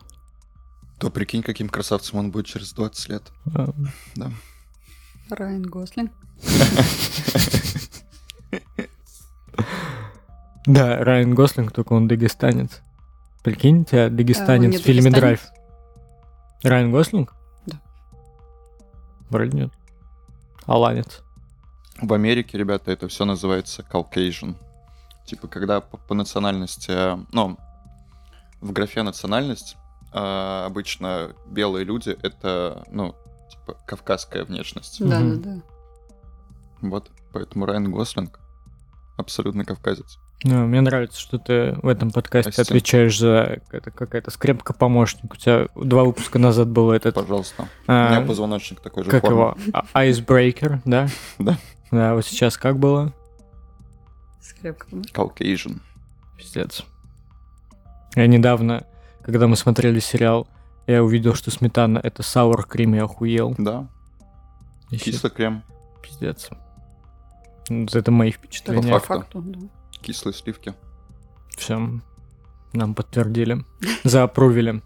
Speaker 2: То прикинь, каким красавцем он будет через 20 лет.
Speaker 3: А,
Speaker 1: Райан Гослинг.
Speaker 3: Да, Райан Гослинг, только он дагестанец. Прикинь, тебя
Speaker 1: А, он
Speaker 3: дагестанец
Speaker 1: не
Speaker 3: в фильме
Speaker 1: дагестанец?
Speaker 3: «Драйв». Райан Гослинг?
Speaker 1: Да.
Speaker 3: Вроде нет. Аланец.
Speaker 2: В Америке, ребята, это все называется Caucasian. Типа, когда по, по национальности, э, ну, в графе национальность э, обычно белые люди это, ну, типа, кавказская внешность.
Speaker 1: Да, да,
Speaker 3: Мгм.
Speaker 1: да.
Speaker 2: Вот, поэтому Райан Гослинг абсолютно кавказец.
Speaker 3: Ну, мне нравится, что ты в этом подкасте
Speaker 2: Спасибо.
Speaker 3: отвечаешь за это какая-то скрепка помощник. У тебя два выпуска назад был этот.
Speaker 2: Пожалуйста. У
Speaker 3: а,
Speaker 2: меня позвоночник такой же
Speaker 3: как
Speaker 2: формы.
Speaker 3: его? А- Icebreaker, да?
Speaker 2: Да.
Speaker 3: Да, вот сейчас как было?
Speaker 1: Скрепка.
Speaker 2: Caucasian.
Speaker 3: Пиздец. Я недавно, когда мы смотрели сериал, я увидел, что сметана это саур крем, я охуел.
Speaker 2: Да.
Speaker 3: Я щас-
Speaker 2: Кислый крем,
Speaker 3: Пиздец. Вот Это мои
Speaker 1: По
Speaker 3: впечатления.
Speaker 2: факту.
Speaker 1: факту. да.
Speaker 2: кислые сливки.
Speaker 3: Все. Нам подтвердили. Заапрувили.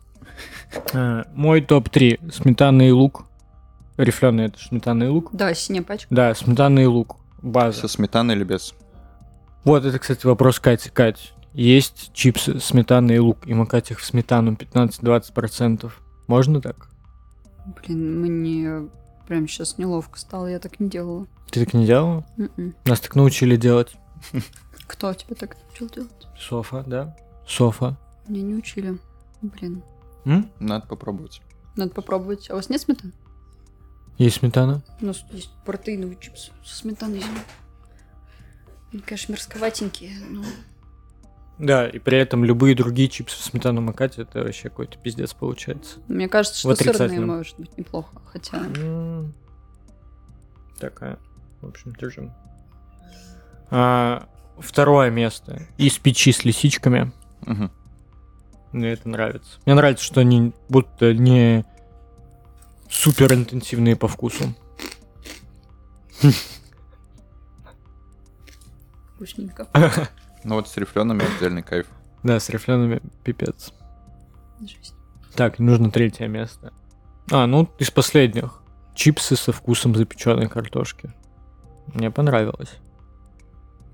Speaker 3: Э, Мой топ-3. Сметана и лук. Рифленый это сметана и лук.
Speaker 1: Да, синяя пачка.
Speaker 3: Да, сметана и лук. База.
Speaker 2: Со сметаной или без?
Speaker 3: Вот это, кстати, вопрос Кати. Кать, есть чипсы сметана и лук, и макать их в сметану 15-20%. Можно так?
Speaker 1: Блин, мне прям сейчас неловко стало, я так не делала. М-м.
Speaker 3: Ты так не делала?
Speaker 1: Мгм.
Speaker 3: Нас так научили делать.
Speaker 1: Кто тебя так научил делать?
Speaker 3: Софа, да? Софа.
Speaker 1: Меня не учили. Блин,
Speaker 3: М?
Speaker 2: Надо попробовать.
Speaker 1: надо попробовать. А у вас нет сметаны?
Speaker 3: Есть сметана?
Speaker 1: У нас тут есть протеиновый чипс со сметаной. Они, конечно, мерзковатенькие, но...
Speaker 3: Да, и при этом любые другие чипсы в сметану макать, это вообще какой-то пиздец получается.
Speaker 1: Мне кажется,
Speaker 3: В
Speaker 1: что сырные
Speaker 3: отрицательном.
Speaker 1: может быть неплохо, хотя...
Speaker 3: М, Такая. В общем, держим. А, второе место. Из печи с лисичками.
Speaker 2: Мгм.
Speaker 3: Мне это нравится. Мне нравится, что они будто не супер интенсивные по вкусу.
Speaker 1: Вкусненько.
Speaker 3: А?
Speaker 2: Ну вот с рифлеными отдельный кайф.
Speaker 3: Да, с рифлеными пипец.
Speaker 1: Жесть.
Speaker 3: Так, нужно третье место. А, ну, из последних. Чипсы со вкусом запеченной картошки. Мне понравилось.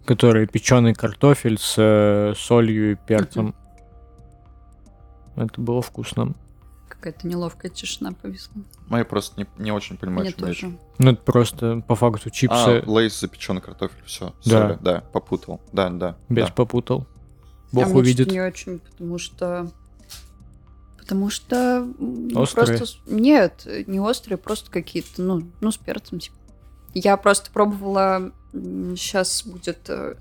Speaker 3: Которые печеный картофель с э, солью и перцем. Это было вкусно.
Speaker 1: Какая-то неловкая тишина повисла.
Speaker 2: Ну, я просто не, не очень понимаю,
Speaker 1: Мне
Speaker 2: о чем речь.
Speaker 1: тоже.
Speaker 3: Ну, это просто по факту чипсы
Speaker 2: А, лейс запеченный картофель, все.
Speaker 3: Да.
Speaker 2: Да, попутал. Да, да.
Speaker 3: без
Speaker 2: да.
Speaker 3: попутал.
Speaker 1: а
Speaker 3: Бог
Speaker 1: мне
Speaker 3: увидит.
Speaker 1: что-то не очень, потому что... Потому что... м, ну,
Speaker 3: Острые?
Speaker 1: Просто... с- Нет, не острые, просто какие-то, ну, ну, с перцем, типа. Я просто пробовала... Сейчас будет... э,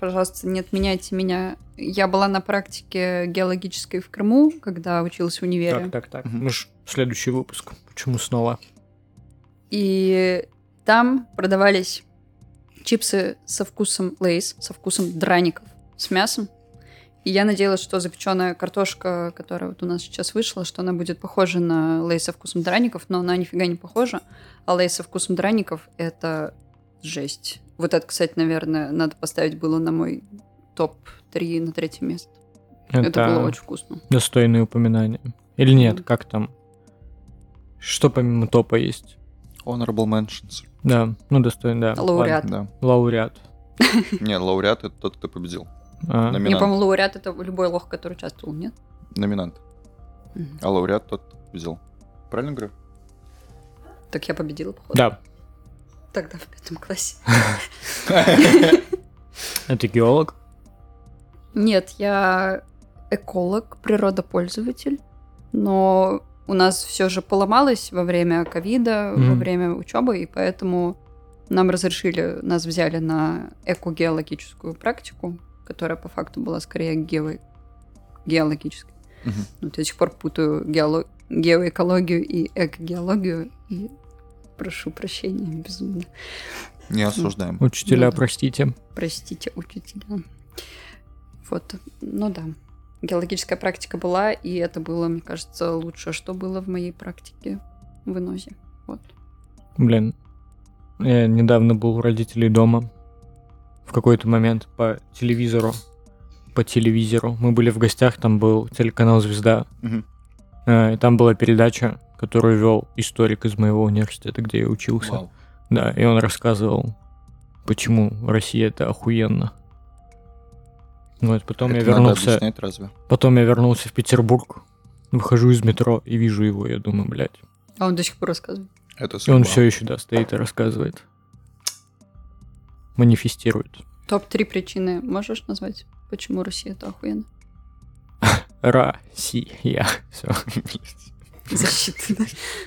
Speaker 1: Пожалуйста, не отменяйте меня. Я была на практике геологической в Крыму, когда училась в универе.
Speaker 3: Так, так, так.
Speaker 2: Мгм.
Speaker 3: Мы ж следующий выпуск. Почему снова?
Speaker 1: И там продавались чипсы со вкусом лейс, со вкусом драников, с мясом. И я надеялась, что запеченная картошка, которая вот у нас сейчас вышла, что она будет похожа на лейс со вкусом драников, но она нифига не похожа. А лейс со вкусом драников — это жесть. Вот это, кстати, наверное, надо поставить было на мой топ-3 на третье место.
Speaker 3: Это,
Speaker 1: Это было очень вкусно.
Speaker 3: достойные упоминания. Или нет,
Speaker 1: Мгм.
Speaker 3: как там? Что помимо топа есть?
Speaker 2: Honorable mentions.
Speaker 3: Да, ну достойно, да.
Speaker 1: Лауреат.
Speaker 2: Да.
Speaker 3: Ладно. Лауреат.
Speaker 2: Не, лауреат это тот, кто победил.
Speaker 3: А,
Speaker 1: Я,
Speaker 2: Номинант.
Speaker 1: по-моему, лауреат — это любой лох, который участвовал, нет?
Speaker 2: Номинант.
Speaker 1: Мгм.
Speaker 2: А лауреат тот, кто победил. Правильно говорю?
Speaker 1: Так я победила, походу.
Speaker 3: Да,
Speaker 1: Тогда в пятом классе.
Speaker 3: это геолог.
Speaker 1: Нет, я эколог, природопользователь, но у нас все же поломалось во время ковида, во
Speaker 3: Мгм.
Speaker 1: время учебы, и поэтому нам разрешили, нас взяли на экогеологическую практику, которая по факту была скорее гео- геологической.
Speaker 2: Мгм.
Speaker 1: Вот я до сих пор путаю геоло- геоэкологию и экогеологию, и прошу прощения безумно.
Speaker 2: Не осуждаем.
Speaker 3: Учителя,
Speaker 1: Ну да.
Speaker 3: простите.
Speaker 1: Простите, учителя. Вот, ну да. Геологическая практика была, и это было, мне кажется, лучшее, что было в моей практике в Инозе. Вот.
Speaker 3: Блин. Я недавно был у родителей дома. В какой-то момент по телевизору. По телевизору. Мы были в гостях, там был телеканал Звезда.
Speaker 2: Мгм.
Speaker 3: Э, и там была передача, которую вел историк из моего университета, где я учился.
Speaker 2: Вау.
Speaker 3: Да, и он рассказывал, почему Россия это охуенно. Вот, потом
Speaker 2: Это
Speaker 3: я
Speaker 2: надо
Speaker 3: вернулся.
Speaker 2: объяснять разве?
Speaker 3: Потом я вернулся в Петербург, выхожу из метро и вижу его, я думаю, блядь.
Speaker 1: А он до сих пор рассказывает.
Speaker 2: Это
Speaker 3: И он
Speaker 2: судьба.
Speaker 3: все еще, да, стоит и рассказывает. Манифестирует.
Speaker 1: Топ-3 причины можешь назвать, почему Россия это охуенно?
Speaker 3: Россия. Все.
Speaker 2: Блядь.
Speaker 1: Защита.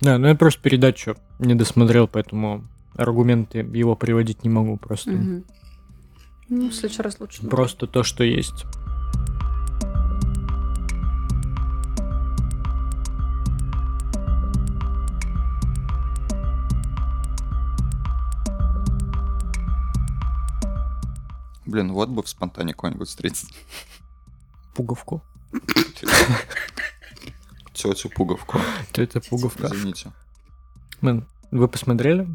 Speaker 3: Да, ну я просто передачу не досмотрел, поэтому аргументы его приводить не могу просто.
Speaker 1: Мгм.
Speaker 4: Ну, в следующий раз лучше.
Speaker 3: Просто то, что есть.
Speaker 2: Блин, вот бы в спонтане кого-нибудь встретить.
Speaker 3: Пуговку.
Speaker 2: Тетю Пуговку.
Speaker 3: Это, это пуговка.
Speaker 2: Извините.
Speaker 3: Мэн, вы посмотрели?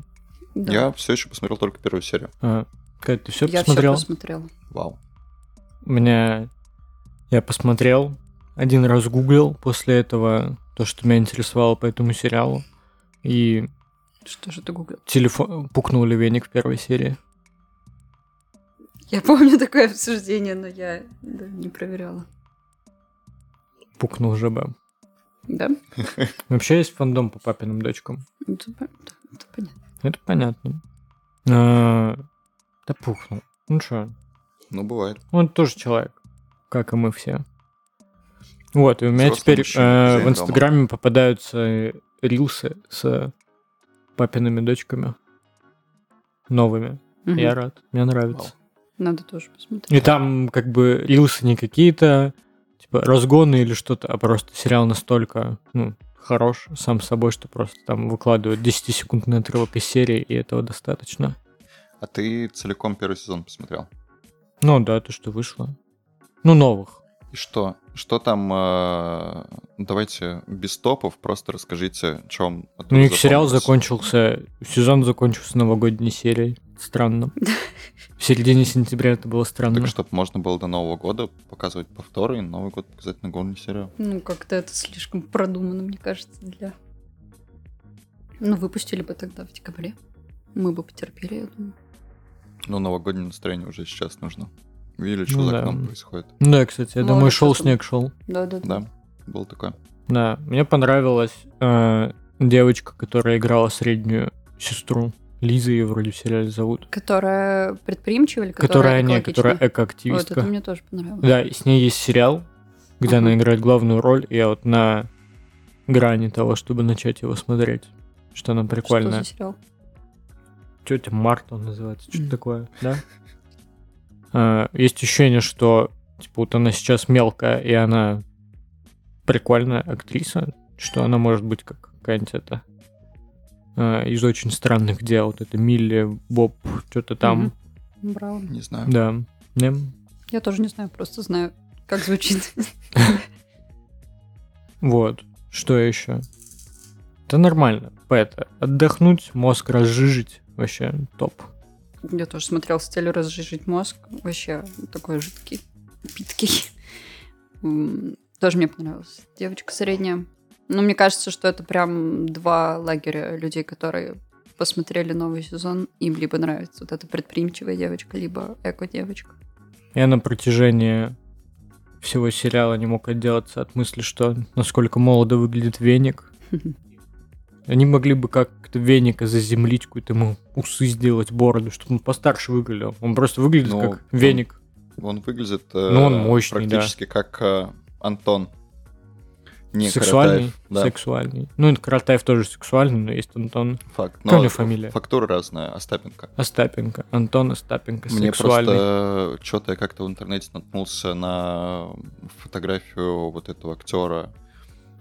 Speaker 1: Да.
Speaker 2: Я все еще посмотрел только первую серию.
Speaker 3: А, Кать, ты все
Speaker 1: Я всё
Speaker 3: посмотрел?
Speaker 1: посмотрела.
Speaker 2: Вау.
Speaker 3: У меня... Я посмотрел, один раз гуглил после этого то, что меня интересовало по этому сериалу. И
Speaker 1: Что же ты гуглил?
Speaker 3: телефон... Пукнул ли веник в первой серии?
Speaker 1: Я помню такое обсуждение, но я да, не проверяла.
Speaker 3: Пукнул ЖБ.
Speaker 1: Да?
Speaker 3: Вообще есть фандом по папиным дочкам.
Speaker 1: Это, пон- да, это понятно.
Speaker 3: Это понятно. А, Да пухнул. Ну что,
Speaker 2: Ну, бывает.
Speaker 3: он тоже человек, как и мы все. Вот, и у меня
Speaker 2: Взрослый
Speaker 3: теперь
Speaker 2: мужчина,
Speaker 3: э, в
Speaker 2: хозяин дома.
Speaker 3: Инстаграме попадаются рилсы с папиными дочками. Новыми. Я
Speaker 1: Мгм.
Speaker 3: рад. Мне нравится.
Speaker 1: Надо тоже посмотреть.
Speaker 3: И там как бы рилсы не какие-то, типа, разгоны или что-то, а просто сериал настолько, ну, хорош сам собой, что просто там выкладывают 10-секундный отрывок из серии, и этого достаточно.
Speaker 2: А ты целиком первый сезон посмотрел?
Speaker 3: Ну да, то, что вышло. Ну, новых.
Speaker 2: И что? Что там? э, Давайте без топов, просто расскажите, чем...
Speaker 3: У них Ну, сериал закончился, сезон закончился новогодней серией. Странно. В середине сентября это было странно.
Speaker 2: Так, чтобы можно было до Нового года показывать повторы, и Новый год показать на горный сериал.
Speaker 1: Ну, как-то это слишком продумано, мне кажется, для... Ну, выпустили бы тогда в декабре. Мы бы потерпели, я думаю.
Speaker 2: Но Ну, новогоднее настроение уже сейчас нужно. Видели, что
Speaker 3: Ну
Speaker 2: за
Speaker 3: да.
Speaker 2: окном происходит?
Speaker 3: Ну Да, кстати, я
Speaker 1: Ну,
Speaker 3: думаю,
Speaker 1: вот
Speaker 3: шел
Speaker 1: это-
Speaker 3: снег, шел.
Speaker 1: Да-да-да.
Speaker 2: Да, было такое.
Speaker 3: Да, мне понравилась э, девочка, которая играла среднюю сестру. Лиза ее вроде в сериале зовут.
Speaker 1: Которая предприимчивая или которая,
Speaker 3: Которая, не,
Speaker 1: экологичная?
Speaker 3: которая
Speaker 1: Вот
Speaker 3: экоактивистка.
Speaker 1: это мне тоже понравилось.
Speaker 3: Да, и с ней есть сериал, где она
Speaker 1: Мгм.
Speaker 3: играет главную роль, и я вот на грани того, чтобы начать его смотреть. Что она
Speaker 1: Что
Speaker 3: прикольная.
Speaker 1: за сериал?
Speaker 3: Тетя Марта он называется, что-то
Speaker 1: Мгм.
Speaker 3: такое, да? А, Есть ощущение, что типа вот она сейчас мелкая, и она прикольная актриса, что она может быть как какая-нибудь это а, из очень странных дел, вот это Милли, Боб, что-то там,
Speaker 1: Браво.
Speaker 2: Не знаю.
Speaker 3: да. Эм, Не?
Speaker 1: Я тоже не знаю, просто знаю, как звучит.
Speaker 3: Вот. Что еще? Да нормально. Это отдохнуть, мозг разжижить. Вообще топ.
Speaker 1: Я тоже смотрел с целью разжижить мозг. Вообще такой жидкий, питкий. М, Тоже мне понравилась девочка средняя. Но мне кажется, что это прям два лагеря людей, которые посмотрели новый сезон, им либо нравится вот эта предприимчивая девочка, либо эко-девочка.
Speaker 3: Я на протяжении всего сериала не мог отделаться от мысли, что насколько молодо выглядит веник. Они могли бы как-то веника заземлить, какую-то ему усы сделать, бороду, чтобы он постарше выглядел. Он просто выглядит
Speaker 2: Ну,
Speaker 3: как
Speaker 2: он-
Speaker 3: веник.
Speaker 2: Он выглядит э,
Speaker 3: Ну, он мощный, да.
Speaker 2: практически как э, Антон. Не
Speaker 3: сексуальный.
Speaker 2: Каратаев, Да,
Speaker 3: Сексуальный. Ну, это Каратаев тоже сексуальный, но есть Антон
Speaker 2: факт.
Speaker 3: Какая у него фамилия?
Speaker 2: Фактура разная, Остапенко.
Speaker 3: Остапенко. Антон Остапенко,
Speaker 2: Мне
Speaker 3: сексуальный.
Speaker 2: просто что-то я как-то в интернете наткнулся на фотографию вот этого актера.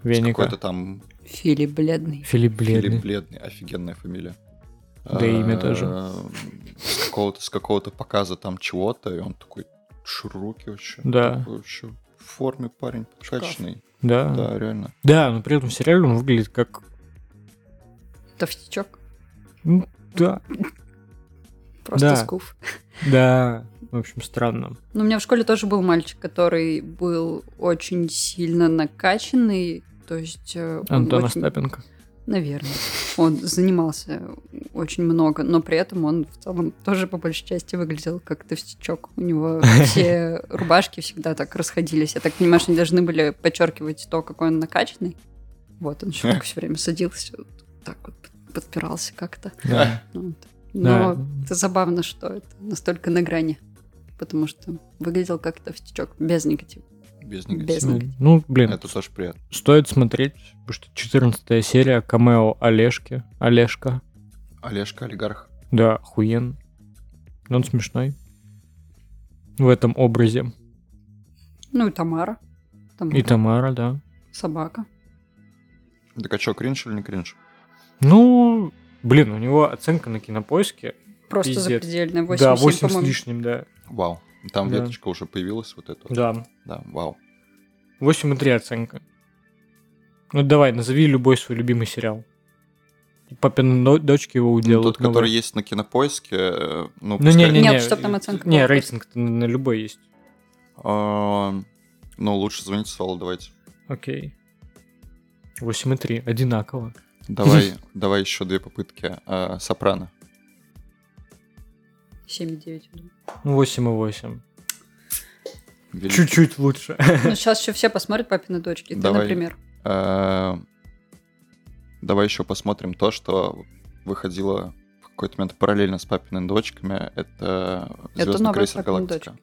Speaker 2: с
Speaker 3: Веника.
Speaker 2: Какой-то там
Speaker 1: Фили бледный.
Speaker 3: Филипп
Speaker 2: Филипп
Speaker 3: Бледный.
Speaker 2: Бледный, офигенная фамилия.
Speaker 3: Да и имя
Speaker 2: Э,
Speaker 3: тоже.
Speaker 2: С какого-то, с какого-то показа там чего-то, и он такой широкий вообще.
Speaker 3: Да. А.
Speaker 2: такой вообще в форме парень, качественный.
Speaker 3: Да. да.
Speaker 2: Да, реально.
Speaker 3: но при этом в сериале он выглядит как...
Speaker 1: Товстячок.
Speaker 3: ну, Да.
Speaker 1: Просто
Speaker 3: Да.
Speaker 1: скуф.
Speaker 3: Да. В общем, странно.
Speaker 1: Ну, у меня в школе тоже был мальчик, который был очень сильно накачанный. То есть э, он
Speaker 3: Антон а
Speaker 1: очень-
Speaker 3: Остапенко.
Speaker 1: Наверное. Он занимался очень много, но при этом он в целом тоже по большей части выглядел как товстячок. У него все рубашки всегда так расходились. Я так понимаю, что они должны были подчеркивать то, какой он накачанный. Вот, он еще так все время садился, вот так вот под- подпирался как-то. Ну
Speaker 3: Да.
Speaker 1: Вот.
Speaker 3: Да. Ну,
Speaker 1: Но это забавно, что это настолько на грани. Потому что выглядел как товстячок, без негатива.
Speaker 2: Без
Speaker 1: Без
Speaker 2: негатива.
Speaker 1: негатива.
Speaker 3: Ну, блин,
Speaker 2: Это тоже приятно.
Speaker 3: стоит смотреть, потому что 14 серия камео Олежки. Олежка.
Speaker 2: Олежка, олигарх.
Speaker 3: Да, охуен. Но Он смешной. в этом образе.
Speaker 1: Ну и Тамара. Там
Speaker 3: И Тамара, да.
Speaker 1: собака.
Speaker 2: Так а что, кринж или не кринж?
Speaker 3: Ну, блин, у него оценка на кинопоиске.
Speaker 1: Просто
Speaker 3: Пиздец.
Speaker 1: запредельная. 8,
Speaker 3: да,
Speaker 1: 8
Speaker 3: 8 с лишним, да.
Speaker 2: Вау. Там
Speaker 3: Да.
Speaker 2: веточка уже появилась, вот эта. вот.
Speaker 3: Да.
Speaker 2: Да, вау.
Speaker 3: 8,3 оценка. Ну давай, назови любой свой любимый сериал. Папин но- дочки его
Speaker 2: Ну,
Speaker 3: уделал.
Speaker 2: Тот, который есть на кинопоиске, э, ну,
Speaker 3: Ну, не, не,
Speaker 1: Нет,
Speaker 3: не,
Speaker 1: чтоб там оценка
Speaker 3: Не,
Speaker 1: была
Speaker 3: рейтинг на любой есть.
Speaker 2: А, Ну, лучше звоните Солу, давайте.
Speaker 3: Окей. 8,3. Одинаково.
Speaker 2: Давай, давай еще две попытки. А, Сопрано.
Speaker 1: 7,9. я думаю.
Speaker 3: Ну, 8,8.
Speaker 2: Великий.
Speaker 3: Чуть-чуть лучше.
Speaker 1: Ну, сейчас еще все посмотрят папины дочки. Ты,
Speaker 2: Давай.
Speaker 1: например.
Speaker 2: А, Давай еще посмотрим то, что выходило в какой-то момент параллельно с папиными дочками. Это
Speaker 1: Это
Speaker 2: «Звездный
Speaker 1: новые
Speaker 2: крейсер
Speaker 1: «Папины
Speaker 2: Галактика».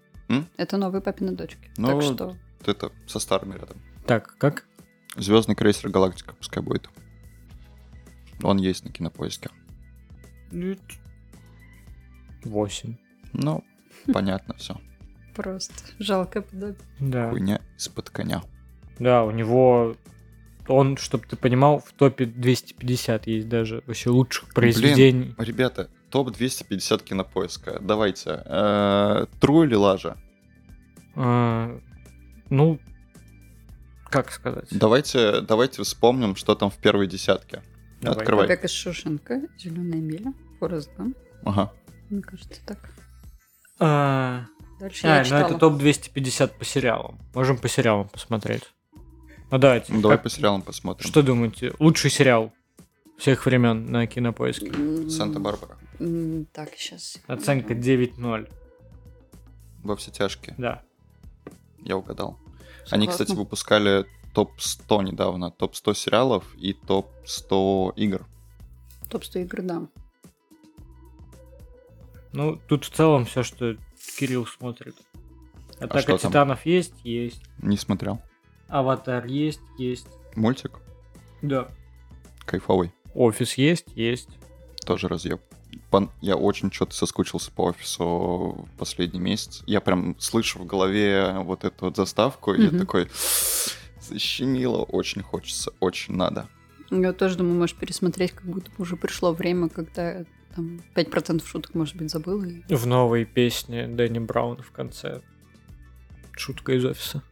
Speaker 1: Это новые папины дочки.
Speaker 2: Ну,
Speaker 1: так что
Speaker 2: Вот Это со старыми рядом.
Speaker 3: Так, как?
Speaker 2: Звездный крейсер Галактика, пускай будет. Он есть на кинопоиске.
Speaker 3: 8.
Speaker 2: Ну, понятно, все.
Speaker 1: просто жалко подобие.
Speaker 3: Да.
Speaker 2: Хуйня из-под коня.
Speaker 3: Да, у него... Он, чтобы ты понимал, в топе 250 есть даже вообще лучших произведений.
Speaker 2: Ребята, топ 250 кинопоиска. Давайте. э, Тру или лажа?
Speaker 3: А, ну, как сказать?
Speaker 2: Давайте, давайте вспомним, что там в первой десятке.
Speaker 3: Давай.
Speaker 2: открывай.
Speaker 1: Побег из Шушенко, Зеленая миля, Форест Гамп.
Speaker 2: Ага.
Speaker 1: Мне кажется, так.
Speaker 3: А,
Speaker 1: Дальше я
Speaker 3: а, ну
Speaker 1: читала.
Speaker 3: это топ 250 по сериалам. Можем по сериалам посмотреть. Ну давайте.
Speaker 2: Ну, давай
Speaker 3: как-
Speaker 2: по сериалам посмотрим.
Speaker 3: Что думаете? Лучший сериал всех времен на кинопоиске.
Speaker 1: М,
Speaker 2: Санта-Барбара.
Speaker 1: м, Так, сейчас.
Speaker 3: Оценка 9-0.
Speaker 2: Во все тяжкие.
Speaker 3: Да.
Speaker 2: Я угадал. Они,
Speaker 1: Согласна.
Speaker 2: кстати, выпускали топ-100 недавно. Топ-100 сериалов и топ-100 игр.
Speaker 1: Топ 100 игр, да.
Speaker 3: Ну, тут в целом все, что Кирилл смотрит. Атака
Speaker 2: А что там?
Speaker 3: титанов есть? Есть.
Speaker 2: Не смотрел.
Speaker 3: Аватар есть? Есть.
Speaker 2: Мультик
Speaker 3: Да.
Speaker 2: кайфовый.
Speaker 3: Офис есть? Есть.
Speaker 2: Тоже разъеб. Пон- Я очень что-то соскучился по офису в последний месяц. Я прям слышу в голове вот эту вот заставку, и я
Speaker 1: Мгм.
Speaker 2: такой... Защемило, очень хочется, очень надо.
Speaker 1: Я тоже думаю, можешь пересмотреть, как будто бы уже пришло время, когда там 5% шуток, может быть, забыла. и-
Speaker 3: В новой песне Дэнни Брауна в конце. Шутка из офиса.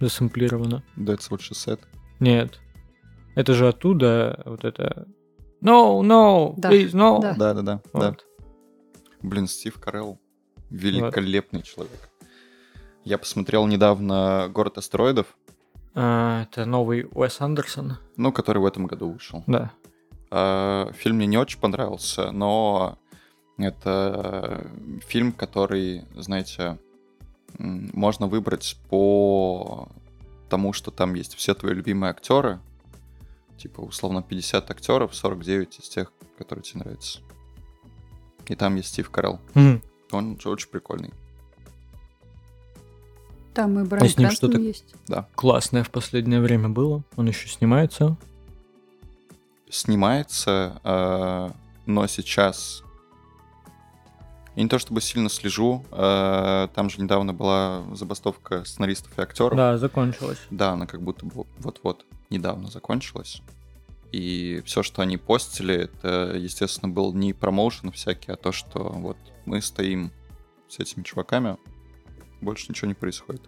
Speaker 3: Засэмплирована.
Speaker 2: That's what she said.
Speaker 3: Нет. Это же оттуда вот это... No, no,
Speaker 1: Да,
Speaker 3: please, no.
Speaker 1: да.
Speaker 2: Да-да-да. да.
Speaker 3: Вот.
Speaker 2: Блин, Стив Карелл великолепный человек. Я посмотрел недавно «Город астероидов»,
Speaker 3: А, это новый Уэс Андерсон.
Speaker 2: ну, который в этом году вышел.
Speaker 3: Да.
Speaker 2: А, Фильм мне не очень понравился, но это э, фильм, который, знаете, м, можно выбрать по тому, что там есть все твои любимые актеры. Типа, условно, 50 актеров, 49 из тех, которые тебе нравятся. И там есть Стив Карелл.
Speaker 3: М,
Speaker 2: Он же очень прикольный.
Speaker 1: Там и Брайан
Speaker 3: А с ним
Speaker 1: Крэнстон
Speaker 3: что-то-
Speaker 1: есть.
Speaker 3: Классное в последнее время было. Он еще снимается.
Speaker 2: снимается, э, но сейчас я не то чтобы сильно слежу, э, там же недавно была забастовка сценаристов и актеров.
Speaker 3: Да, закончилось.
Speaker 2: Да, она как будто бы вот-вот недавно закончилась. И все, что они постили, это, естественно, был не промоушен всякий, а то, что вот мы стоим с этими чуваками, больше ничего не происходит.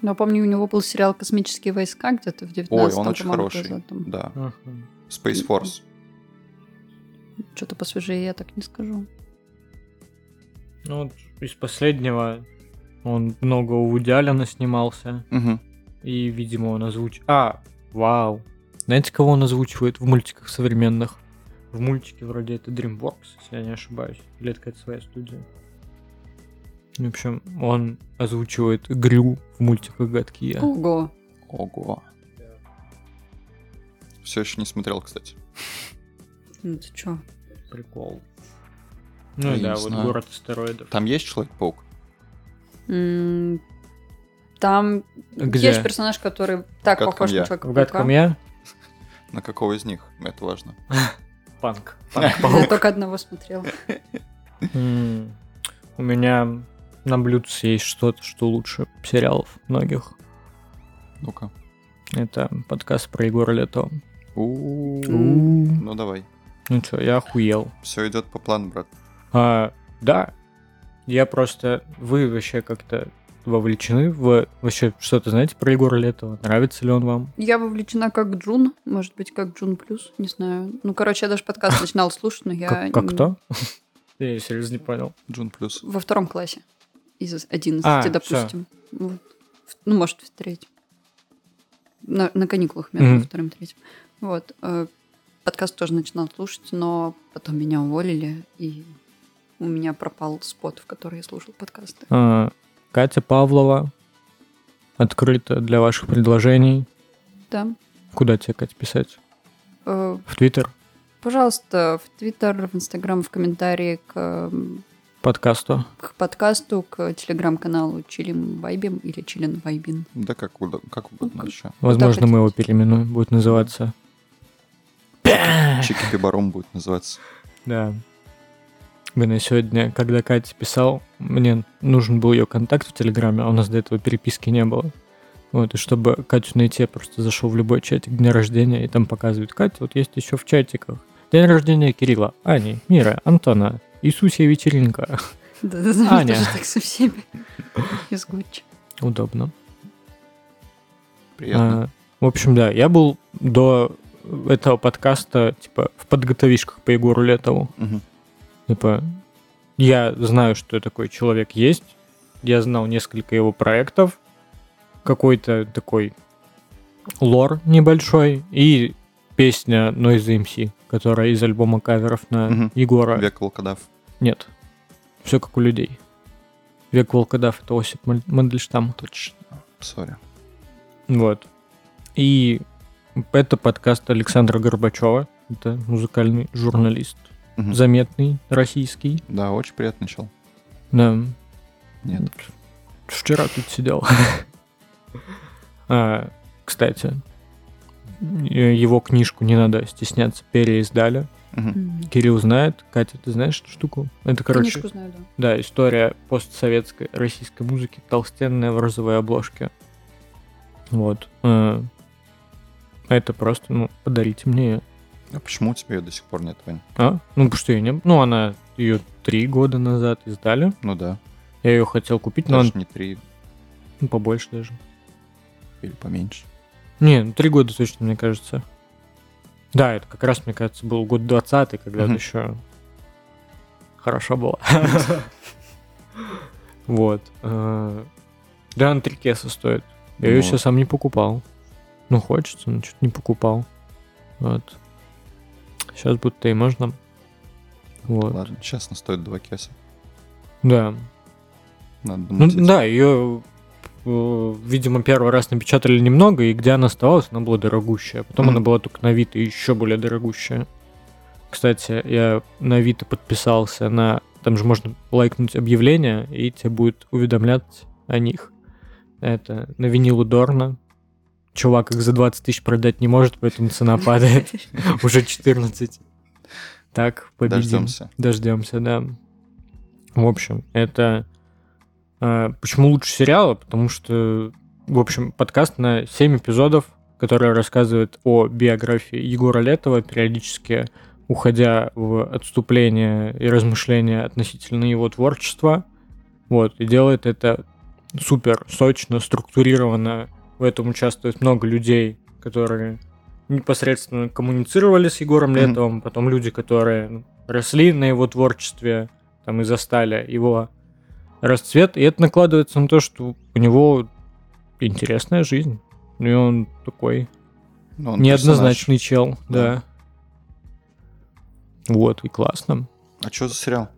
Speaker 1: Но помню, у него был сериал «Космические войска» где-то в 19
Speaker 2: Ой, он очень хороший. Да.
Speaker 3: Мгм.
Speaker 2: Space Force.
Speaker 1: Что-то посвежее я так не скажу.
Speaker 3: Ну, вот из последнего он много у Вуди Аллена снимался.
Speaker 2: Мгм.
Speaker 3: И, видимо, он озвучивает... А, вау. Знаете, кого он озвучивает в мультиках современных? В мультике вроде это DreamWorks, если я не ошибаюсь. Или это какая-то своя студия. В общем, он озвучивает Грю в мультиках «Гадкие». я».
Speaker 1: Ого.
Speaker 2: Ого. Все еще не смотрел, кстати.
Speaker 1: Ну ты чё?
Speaker 3: Прикол. Ну
Speaker 2: Я
Speaker 3: да,
Speaker 2: не
Speaker 3: вот
Speaker 2: знаю.
Speaker 3: город астероидов.
Speaker 2: Там есть Человек-паук?
Speaker 1: М, Там
Speaker 3: Где?
Speaker 1: есть персонаж, который так
Speaker 2: Гадком
Speaker 1: похож
Speaker 2: я.
Speaker 1: на
Speaker 3: В
Speaker 1: человека
Speaker 3: «Гадком я»
Speaker 2: На какого из них? Это важно.
Speaker 3: панк.
Speaker 1: Я только одного смотрела.
Speaker 3: М, У меня на блюдце есть что-то, что лучше сериалов многих.
Speaker 2: Ну-ка.
Speaker 3: Это подкаст про Егора Лето.
Speaker 2: У. Ну давай.
Speaker 3: Ну что, я охуел.
Speaker 2: Все идет по плану, брат.
Speaker 3: А, да, я просто... Вы вообще как-то вовлечены в... Вообще что-то знаете про Егора Летова? Нравится ли он вам?
Speaker 1: Я вовлечена как Джун, может быть, как Джун Плюс, не знаю. Ну, короче, я даже подкаст начинала слушать, но я...
Speaker 3: Как, как
Speaker 1: не-
Speaker 3: кто? Я серьезно не понял.
Speaker 2: Джун плюс.
Speaker 1: Во втором классе. Из 11,
Speaker 3: А, всё.
Speaker 1: допустим. Вот. В- Ну, может, в третьем. На, на каникулах между
Speaker 3: Мгм.
Speaker 1: вторым и третьим. Вот. э, Подкаст тоже начинал слушать, но потом меня уволили, и у меня пропал спот, в который я слушал подкасты.
Speaker 3: А, Катя Павлова открыта для ваших предложений.
Speaker 1: Да.
Speaker 3: Куда тебе, Катя, писать?
Speaker 1: Э,
Speaker 3: В Твиттер?
Speaker 1: Пожалуйста, в Твиттер, в Инстаграм, в комментарии к, эм,
Speaker 3: Подкасту?
Speaker 1: к подкасту, к телеграм-каналу Чилим Вайбим или Чилин Вайбин.
Speaker 2: Да как угодно, как угодно
Speaker 1: Ну-ка.
Speaker 2: еще.
Speaker 1: так
Speaker 3: Возможно,
Speaker 1: вот.
Speaker 3: мы его переименуем. Будет называться... Э.
Speaker 2: Чики Пибаром будет называться.
Speaker 3: Да. Блин, я сегодня, когда Катя писал, мне нужен был ее контакт в Телеграме, а у нас до этого переписки не было. Вот, и чтобы Катю найти, я просто зашел в любой чатик дня рождения, и там показывают, Катя, вот есть еще в чатиках. День рождения Кирилла, Ани, Мира, Антона, Иисусия вечеринка.
Speaker 1: Да, да, да,
Speaker 3: Аня.
Speaker 1: тоже так со всеми. Из Гуччи.
Speaker 3: Удобно.
Speaker 2: Приятно.
Speaker 3: А, в общем, да, я был до этого подкаста, типа, в подготовишках по Егору Летову.
Speaker 2: Мгм.
Speaker 3: Типа, я знаю, что такой человек есть. Я знал несколько его проектов. Какой-то такой лор небольшой. И песня Noise MC, которая из альбома каверов на
Speaker 2: Мгм.
Speaker 3: Егора.
Speaker 2: Век волкодав.
Speaker 3: Нет. Все как у людей. Век волкодав это Осип Маль- Мандельштам.
Speaker 2: Точно. Сори.
Speaker 3: Вот. И это подкаст Александра Горбачева. Это музыкальный журналист.
Speaker 2: Мгм.
Speaker 3: Заметный, российский.
Speaker 2: Да, очень приятный чел.
Speaker 3: Да.
Speaker 2: Нет.
Speaker 3: Вчера тут сидел. А, Кстати, э, его книжку «Не надо стесняться» переиздали.
Speaker 2: Мгм.
Speaker 3: Кирилл знает. Катя, ты знаешь эту штуку? Это, короче,
Speaker 1: Книжку знаю, да.
Speaker 3: да, история постсоветской российской музыки, толстенная в розовой обложке. Вот. э, Это просто, ну, подарите мне её.
Speaker 2: А почему у тебя ее до сих пор нет, Вань?
Speaker 3: А? Ну, потому что я не... Ну, она... Ее три года назад издали.
Speaker 2: Ну да.
Speaker 3: Я ее хотел купить, но
Speaker 2: Даже
Speaker 3: она
Speaker 2: не три
Speaker 3: ну, побольше даже.
Speaker 2: или поменьше.
Speaker 3: Не, ну три года точно, мне кажется. Да, это как раз, мне кажется, был год 20 когда
Speaker 2: Мгм.
Speaker 3: это еще хорошо было. Вот. э, Да, она три кеса стоит. Я ее
Speaker 2: Ну.
Speaker 3: сейчас сам не покупал. Ну, хочется, но что-то не покупал. Вот. Сейчас будто и можно. Вот.
Speaker 2: Ладно, сейчас она стоит два кеса.
Speaker 3: Да.
Speaker 2: Надо
Speaker 3: Ну
Speaker 2: думать. эти-
Speaker 3: да, ее, видимо, первый раз напечатали немного, и где она оставалась, она была дорогущая. Потом
Speaker 2: Мгм.
Speaker 3: она была только на Авито еще более дорогущая. Кстати, я на Авито подписался на... Там же можно лайкнуть объявления, и тебе будет уведомлять о них. Это на винилу Дорна. Чувак их за 20 тысяч продать не может, поэтому цена падает. Уже 14. Так, победим.
Speaker 2: Дождемся.
Speaker 3: Дождемся, да. В общем, это... э, почему лучше сериала? Потому что, в общем, подкаст на 7 эпизодов, который рассказывает о биографии Егора Летова, периодически уходя в отступление и размышления относительно его творчества. Вот, и делает это супер сочно, структурированно. В этом участвует много людей, которые непосредственно коммуницировали с Егором
Speaker 2: Мгм.
Speaker 3: Летовым, потом люди, которые ну, росли на его творчестве, там и застали его расцвет, и это накладывается на то, что у него интересная жизнь. И он такой
Speaker 2: Ну, он
Speaker 3: неоднозначный чел,
Speaker 2: Да.
Speaker 3: да. Вот, и
Speaker 2: персонаж.
Speaker 3: классно.
Speaker 2: А что за сериал?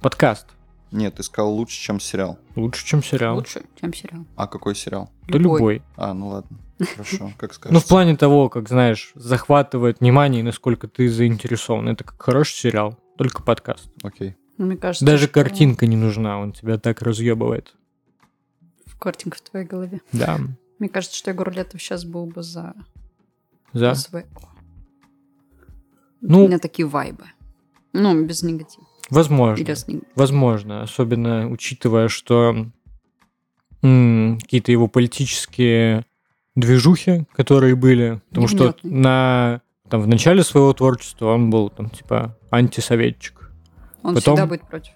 Speaker 3: Подкаст
Speaker 2: Нет, ты сказал лучше, чем сериал.
Speaker 3: лучше, чем сериал.
Speaker 1: Лучше, чем сериал.
Speaker 2: А какой сериал?
Speaker 3: да любой.
Speaker 2: А, ну ладно. Хорошо, как скажешь.
Speaker 3: Ну, в плане того, как, знаешь, захватывает внимание, и насколько ты заинтересован. Это как хороший сериал, только подкаст.
Speaker 2: Окей.
Speaker 1: Ну, Мне кажется,
Speaker 3: Даже
Speaker 1: что
Speaker 3: картинка не нужна, он тебя так разъебывает.
Speaker 1: Картинка в твоей голове.
Speaker 3: Да.
Speaker 1: Мне кажется, что Егор Летов сейчас был бы за
Speaker 3: За.
Speaker 1: СВО.
Speaker 3: Ну-
Speaker 1: У меня такие вайбы. Ну, без негатива.
Speaker 3: Возможно.
Speaker 1: Или с ним.
Speaker 3: Возможно, особенно учитывая, что м, какие-то его политические движухи, которые были, потому что
Speaker 1: Невнятные.
Speaker 3: на там в начале своего творчества он был там типа антисоветчик.
Speaker 1: Он
Speaker 3: Потом-
Speaker 1: всегда будет против.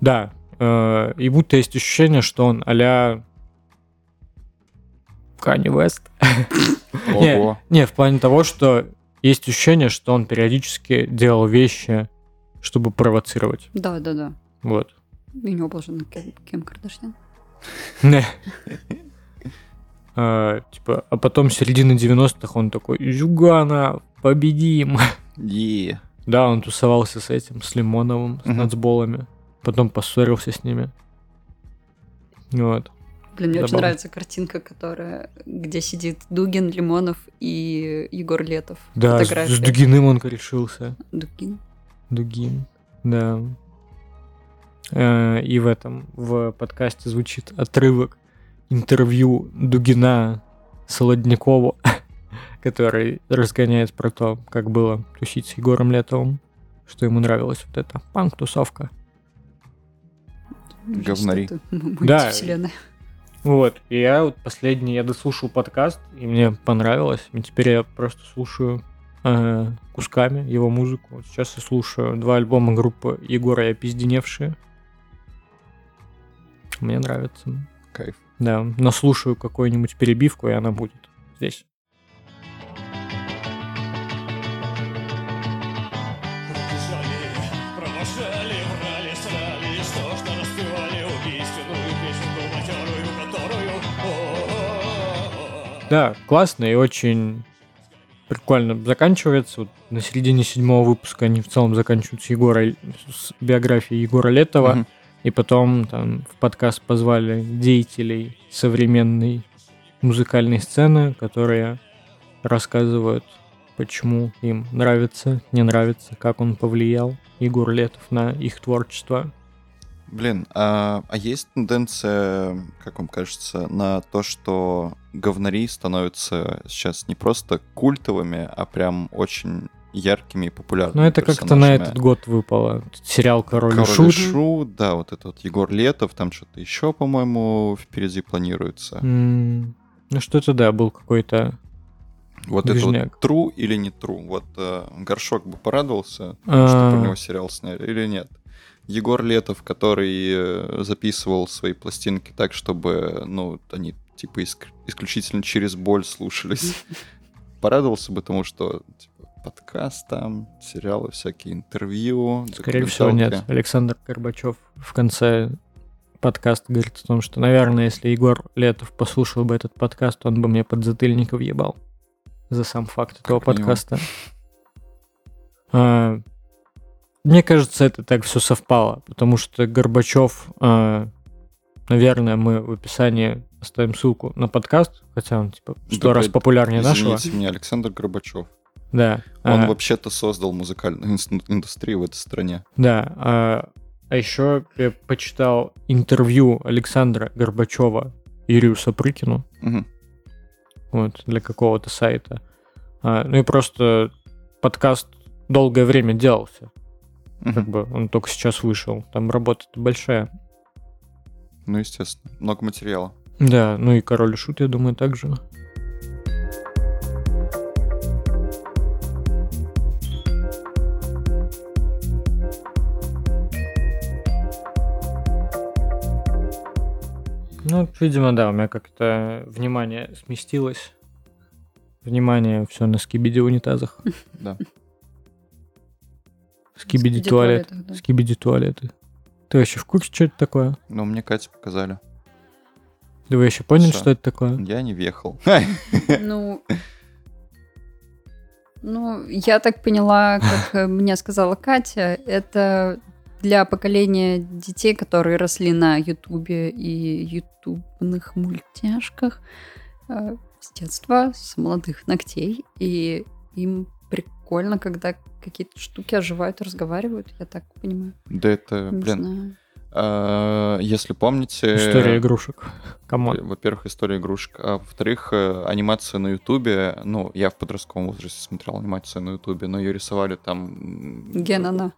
Speaker 3: Да, э, и будто есть ощущение, что он а-ля Канни Вест.
Speaker 2: Ого.
Speaker 3: Не, в плане того, что есть ощущение, что он периодически делал вещи, чтобы провоцировать.
Speaker 1: Да, да, да.
Speaker 3: Вот.
Speaker 1: И у него был жена Кем, Ким Кардашьян.
Speaker 3: Не. А, Типа, а потом середина 90-х он такой, Зюгана, победим.
Speaker 2: Е.
Speaker 3: Да, он тусовался с этим, с Лимоновым, с
Speaker 2: Мгм.
Speaker 3: нацболами. Потом поссорился с ними. Вот.
Speaker 1: Блин, мне очень
Speaker 3: Забавно.
Speaker 1: нравится картинка, которая, где сидит Дугин, Лимонов и Егор Летов.
Speaker 3: Да, с,
Speaker 1: Фотография.
Speaker 3: с Дугиным он решился.
Speaker 1: Дугин.
Speaker 3: Дугин, да. Э, И в этом, в подкасте звучит отрывок интервью Дугина Солодникову, который разгоняет про то, как было тусить с Егором Летовым, что ему нравилась вот эта панк-тусовка.
Speaker 2: Говнари.
Speaker 3: Да.
Speaker 1: Да. Вселенная.
Speaker 3: Вот, и я вот последний, я дослушал подкаст, и мне понравилось, и теперь я просто слушаю э, кусками его музыку. Вот сейчас я слушаю два альбома группы Егора и «Опизденевшие». Мне нравится.
Speaker 2: Кайф.
Speaker 3: Да, наслушаю какую-нибудь перебивку, и она будет здесь.
Speaker 4: Жали, провожали, врали, срали, истошно распевали убийственную песенку матерую, которую... о-о-о-о.
Speaker 3: Да, классно и очень прикольно заканчивается. Вот на середине седьмого выпуска они в целом заканчиваются Егора, с биографией Егора Летова.
Speaker 2: Мгм.
Speaker 3: И потом там в подкаст позвали деятелей современной музыкальной сцены, которые рассказывают, почему им нравится, не нравится, как он повлиял, Егор Летов, на их творчество.
Speaker 2: Блин, а, а есть тенденция, как вам кажется, на то, что говнари становятся сейчас не просто культовыми, а прям очень яркими и популярными.
Speaker 3: Но Ну, это как-то на
Speaker 2: персонажами?
Speaker 3: этот год выпало. Сериал «Король, и
Speaker 2: Король
Speaker 3: Шут».
Speaker 2: и Шут, да, вот этот Егор Летов, там что-то еще, по-моему, впереди планируется.
Speaker 3: М, Ну что-то да, был какой-то... ну,
Speaker 2: Вот это вот
Speaker 3: Движняк.
Speaker 2: true или не true. Вот э, Горшок бы порадовался, что про
Speaker 3: а,
Speaker 2: него сериал сняли или нет. Егор Летов, который э, записывал свои пластинки так, чтобы, ну, они типа иск- исключительно через боль слушались. Порадовался бы тому, что типа, подкаст там, сериалы всякие, интервью.
Speaker 3: Скорее всего, нет.
Speaker 2: документалки.
Speaker 3: Александр Горбачев в конце подкаста говорит о том, что, наверное, если Егор Летов послушал бы этот подкаст, он бы мне подзатыльник въебал за сам факт этого
Speaker 2: минимум.
Speaker 3: подкаста. А, мне кажется, это так все совпало, потому что Горбачев, а, наверное, мы в описании оставим ссылку на подкаст, хотя он типа в сто
Speaker 2: Да,
Speaker 3: раз
Speaker 2: блядь,
Speaker 3: популярнее нашего.
Speaker 2: Извините меня, Александр Горбачев.
Speaker 3: Да.
Speaker 2: Он
Speaker 3: А,
Speaker 2: вообще-то создал музыкальную инст- индустрию в этой стране.
Speaker 3: Да, а, еще я почитал интервью Александра Горбачева Юрию Сапрыкину
Speaker 2: Мгм.
Speaker 3: вот, для какого-то сайта. А, ну и просто подкаст долгое время делался. Как
Speaker 2: Мгм.
Speaker 3: бы он только сейчас вышел. Там работа большая.
Speaker 2: Ну, естественно, много материала.
Speaker 3: Да, ну и король и шут, я думаю, также. Ну, видимо, да, у меня как-то внимание сместилось. Внимание все на скибиди унитазах.
Speaker 2: Да.
Speaker 3: Скибиди
Speaker 1: Скибиди
Speaker 3: туалет.
Speaker 1: туалетах, да.
Speaker 3: Скибиди туалеты. Ты вообще в курсе, что это такое?
Speaker 2: Но мне Катя показали.
Speaker 3: Да вы еще поняли,
Speaker 2: Всё.
Speaker 3: что это такое?
Speaker 2: Я не въехал.
Speaker 1: Ну, ну, я так поняла, как э, мне сказала Катя, это для поколения детей, которые росли на Ютубе и ютубных мультяшках э, с детства, с молодых ногтей, и им прикольно, когда какие-то штуки оживают и разговаривают, я так понимаю.
Speaker 2: Да это,
Speaker 1: Не
Speaker 2: блин,
Speaker 1: знаю.
Speaker 2: А, Если помните...
Speaker 3: История игрушек. Камон.
Speaker 2: Во-первых, история игрушек, а во-вторых, э, анимация на Ютубе. Ну, я в подростковом возрасте смотрел анимацию на Ютубе, но ее рисовали там... м,
Speaker 1: Ген она.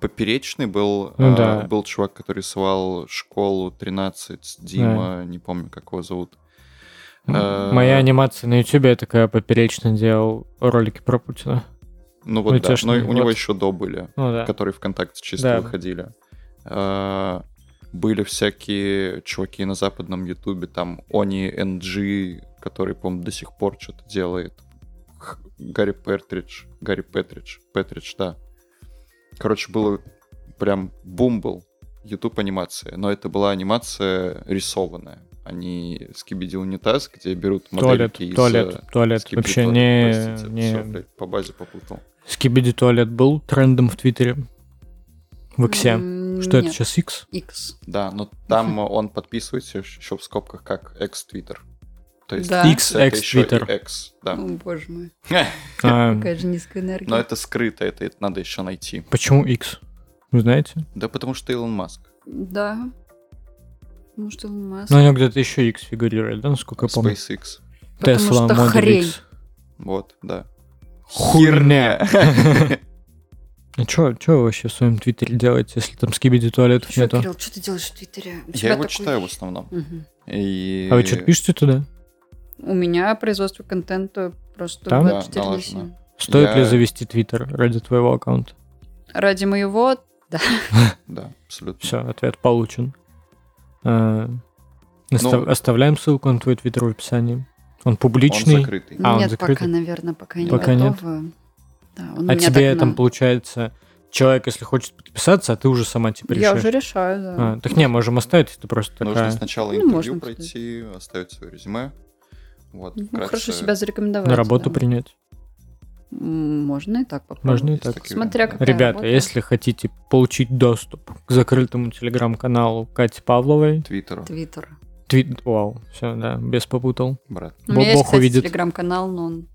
Speaker 2: Поперечный был,
Speaker 3: Ну
Speaker 2: а,
Speaker 3: да.
Speaker 2: был чувак, который рисовал школу 13, Дима, не помню, как его зовут. А,
Speaker 3: Моя анимация на Ютубе, я такая поперечно делал ролики про Путина.
Speaker 2: Ну вот
Speaker 3: Ну,
Speaker 2: да,
Speaker 3: те, что
Speaker 2: но
Speaker 3: не-
Speaker 2: у него
Speaker 3: вот.
Speaker 2: еще до были,
Speaker 3: Ну да.
Speaker 2: которые ВКонтакте чисто
Speaker 3: Да.
Speaker 2: выходили. А, Были всякие чуваки на западном ютубе, там Они NG, который, по-моему, до сих пор что-то делает. Х- Гарри Петридж, Гарри Петридж, Петридж, да. Короче, было прям бум был YouTube анимация, но это была анимация рисованная. Они скибиди унитаз, где берут
Speaker 3: Туалет,
Speaker 2: модельки из...
Speaker 3: туалет,
Speaker 2: э,
Speaker 3: туалет.
Speaker 2: Skibidi
Speaker 3: Вообще
Speaker 2: Toilet,
Speaker 3: не...
Speaker 2: простите, всё,
Speaker 3: не...
Speaker 2: блядь, по базе попутал.
Speaker 3: Скибиди туалет был трендом в Твиттере. В Иксе.
Speaker 1: М,
Speaker 3: Что это
Speaker 1: нет,
Speaker 3: сейчас X?
Speaker 1: X.
Speaker 2: Да, но там э, он подписывается еще в скобках как экс-твиттер. То есть
Speaker 1: Да.
Speaker 2: X это
Speaker 3: X,
Speaker 2: еще и
Speaker 3: Twitter.
Speaker 2: X, да.
Speaker 1: О, боже мой,
Speaker 3: А,
Speaker 1: какая же низкая энергия.
Speaker 2: Но это скрыто, это, это надо еще найти.
Speaker 3: Почему X? Вы знаете?
Speaker 2: Да потому что Илон Маск.
Speaker 1: Да. Может, Илон Маск.
Speaker 3: Ну, у него где-то еще X фигурирует, да, насколько я помню?
Speaker 2: SpaceX.
Speaker 1: Потому
Speaker 3: Tesla
Speaker 1: что
Speaker 3: Model
Speaker 1: хрень.
Speaker 3: X.
Speaker 2: Вот, да.
Speaker 3: Херня. А чё, чё вы вообще в своем Твиттере делаете, если там скибиди туалетов
Speaker 1: Чё,
Speaker 3: нету?
Speaker 1: Кирилл, что ты делаешь в Твиттере? У тебя
Speaker 2: Я его
Speaker 1: такой-
Speaker 2: читаю в основном.
Speaker 1: Мгм.
Speaker 2: И...
Speaker 3: А вы что-то пишете туда?
Speaker 1: У меня производство контента просто
Speaker 3: Там?
Speaker 2: Да,
Speaker 1: 24 на
Speaker 2: налажено.
Speaker 1: 7.
Speaker 3: Стоит
Speaker 2: Я-
Speaker 3: ли завести Твиттер ради твоего аккаунта?
Speaker 1: Ради моего
Speaker 2: Да, абсолютно.
Speaker 3: Все, ответ получен. А, оста-
Speaker 2: Ну-
Speaker 3: Оставляем ссылку на твой Твиттер в описании. Он
Speaker 2: Он
Speaker 3: публичный.
Speaker 2: закрытый.
Speaker 3: А, он
Speaker 1: нет,
Speaker 3: закрытый?
Speaker 1: пока, наверное, пока не
Speaker 3: Пока нет.
Speaker 1: готова. Да, он у
Speaker 3: А
Speaker 1: меня
Speaker 3: тебе
Speaker 1: так на-
Speaker 3: там получается человек, если хочет подписаться, а ты уже сама типа решаешь.
Speaker 1: Я уже решаю, да.
Speaker 3: А, так не, можем оставить, это просто
Speaker 2: Нужно
Speaker 3: такая
Speaker 2: сначала
Speaker 1: Ну,
Speaker 2: интервью
Speaker 1: можно
Speaker 2: пройти, оставить свое резюме. Вот,
Speaker 1: Ну,
Speaker 2: вкратце,
Speaker 1: хорошо себя зарекомендовать.
Speaker 3: на работу
Speaker 1: да.
Speaker 3: принять.
Speaker 1: М, Можно и так попробовать.
Speaker 3: Можно и
Speaker 2: есть
Speaker 3: так.
Speaker 2: такие
Speaker 1: Смотря
Speaker 2: варианты.
Speaker 1: как- Такая
Speaker 3: Ребята,
Speaker 1: работа.
Speaker 3: если хотите получить доступ к закрытому телеграм-каналу Кати Павловой,
Speaker 2: Твиттеру,
Speaker 1: Твиттер.
Speaker 3: твит... Вау, все, да, без попутал.
Speaker 2: брат.
Speaker 1: У меня есть,
Speaker 3: Бог
Speaker 1: кстати,
Speaker 3: увидит.
Speaker 1: телеграм-канал, но он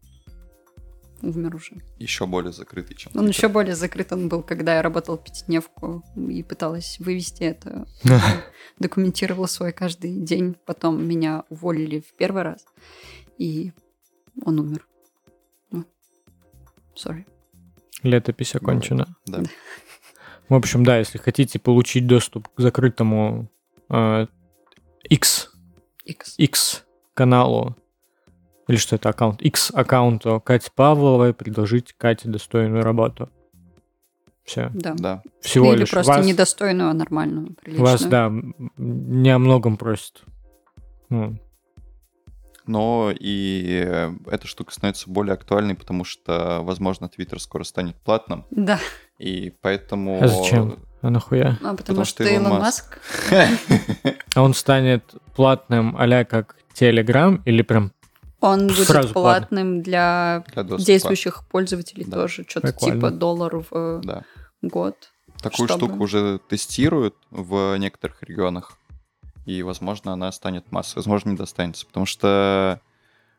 Speaker 1: умер уже.
Speaker 2: Еще более закрытый, чем
Speaker 1: Он
Speaker 2: Twitter.
Speaker 1: еще более закрыт он был, когда я работала пятидневку и пыталась вывести это. Документировала свой каждый день. Потом меня уволили в первый раз. И он умер. Вот. Sorry.
Speaker 3: Летопись окончена.
Speaker 2: Да.
Speaker 3: В общем, да, если хотите получить доступ к закрытому э, X,
Speaker 1: X.
Speaker 3: X каналу, или что это аккаунт, X аккаунту Кати Павловой, предложить Кате достойную работу. Все.
Speaker 1: Да. Ну,
Speaker 2: Да.
Speaker 3: Всего
Speaker 1: Или
Speaker 3: лишь
Speaker 1: просто
Speaker 3: вас,
Speaker 1: недостойную, а нормальную, приличную.
Speaker 3: вас, да, м, не о многом просит. Ну,
Speaker 2: Но и э, эта штука становится более актуальной, потому что, возможно, Твиттер скоро станет платным,
Speaker 1: Да.
Speaker 2: и поэтому...
Speaker 3: А зачем? а нахуя?
Speaker 1: А потому,
Speaker 2: Потому
Speaker 1: что,
Speaker 2: что Илон
Speaker 1: Илон
Speaker 2: Маск.
Speaker 1: Маск.
Speaker 3: А он станет платным а как Telegram или прям
Speaker 1: он будет
Speaker 3: Сразу платно.
Speaker 1: платным для
Speaker 2: Для доступа.
Speaker 1: действующих пользователей
Speaker 2: Да.
Speaker 1: тоже. Что-то
Speaker 3: Прикольно.
Speaker 1: типа доллар в
Speaker 2: Да.
Speaker 1: год.
Speaker 2: Такую
Speaker 1: Чтобы-
Speaker 2: штуку уже тестируют в некоторых регионах, и, возможно, она станет массой, возможно, не достанется, потому что,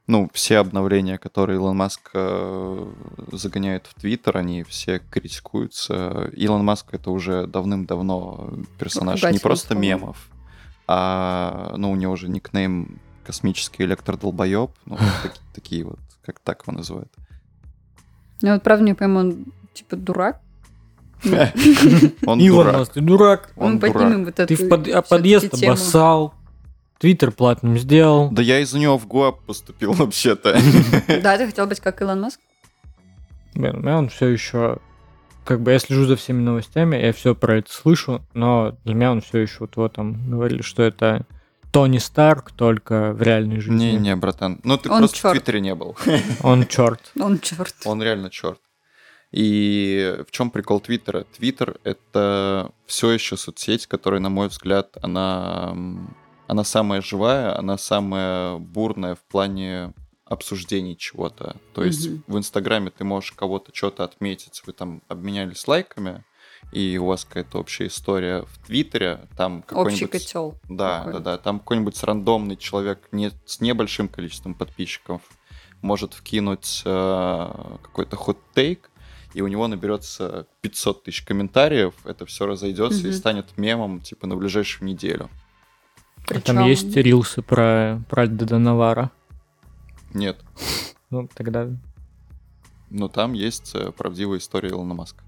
Speaker 2: ну, все обновления, которые Илон Маск э, загоняет в Твиттер, они все критикуются. Илон Маск — это уже давным-давно персонаж не
Speaker 1: Ругательство
Speaker 2: просто
Speaker 1: слово.
Speaker 2: мемов, а, ну, у него уже никнейм «Космический электродолбоеб», ну, вот таки- такие вот, как так его называют.
Speaker 1: Я Ну, вот правда не пойму, он типа дурак.
Speaker 2: Он
Speaker 3: Илон
Speaker 2: дурак.
Speaker 3: Маск, ты дурак,
Speaker 2: Он
Speaker 1: Мы
Speaker 2: дурак.
Speaker 1: поднимем вот эту
Speaker 3: ты в под- а
Speaker 1: всё-таки
Speaker 3: подъезд
Speaker 1: тему.
Speaker 3: обоссал, Твиттер платным сделал.
Speaker 2: Да я из-за него в ГУАП поступил вообще-то.
Speaker 1: Да, ты хотел быть как Илон Маск?
Speaker 3: Блин, у меня он все еще... Как бы я слежу за всеми новостями, я все про это слышу, но для меня он все еще вот вот там говорили, что это Тони Старк, только в реальной жизни.
Speaker 2: Не-не, братан. Ну, ты
Speaker 1: Он
Speaker 2: просто
Speaker 1: чёрт.
Speaker 2: в Твиттере не был.
Speaker 3: Он черт.
Speaker 1: Ну, Он черт.
Speaker 2: Он реально черт. И в чем прикол Твиттера? Твиттер — это все еще соцсеть, которая, на мой взгляд, она, м, она самая живая, она самая бурная в плане обсуждений чего-то. То есть
Speaker 1: Мгм.
Speaker 2: в Инстаграме ты можешь кого-то что-то отметить, вы там обменялись лайками, и у вас какая-то общая история в Твиттере, там
Speaker 1: Общий
Speaker 2: какой-нибудь
Speaker 1: котел.
Speaker 2: Да,
Speaker 1: Такой.
Speaker 2: да, да. Там какой-нибудь рандомный человек не, с небольшим количеством подписчиков может вкинуть э, какой-то хот-тейк, и у него наберется 500 тысяч комментариев, это все разойдется и
Speaker 1: Мгм.
Speaker 2: станет мемом, типа, на ближайшую неделю.
Speaker 3: А
Speaker 1: Причём-
Speaker 3: Там есть рилсы про Прадеда Доновара.
Speaker 2: Нет,
Speaker 3: Ну, тогда...
Speaker 2: но там есть э, правдивая история Илона Маска.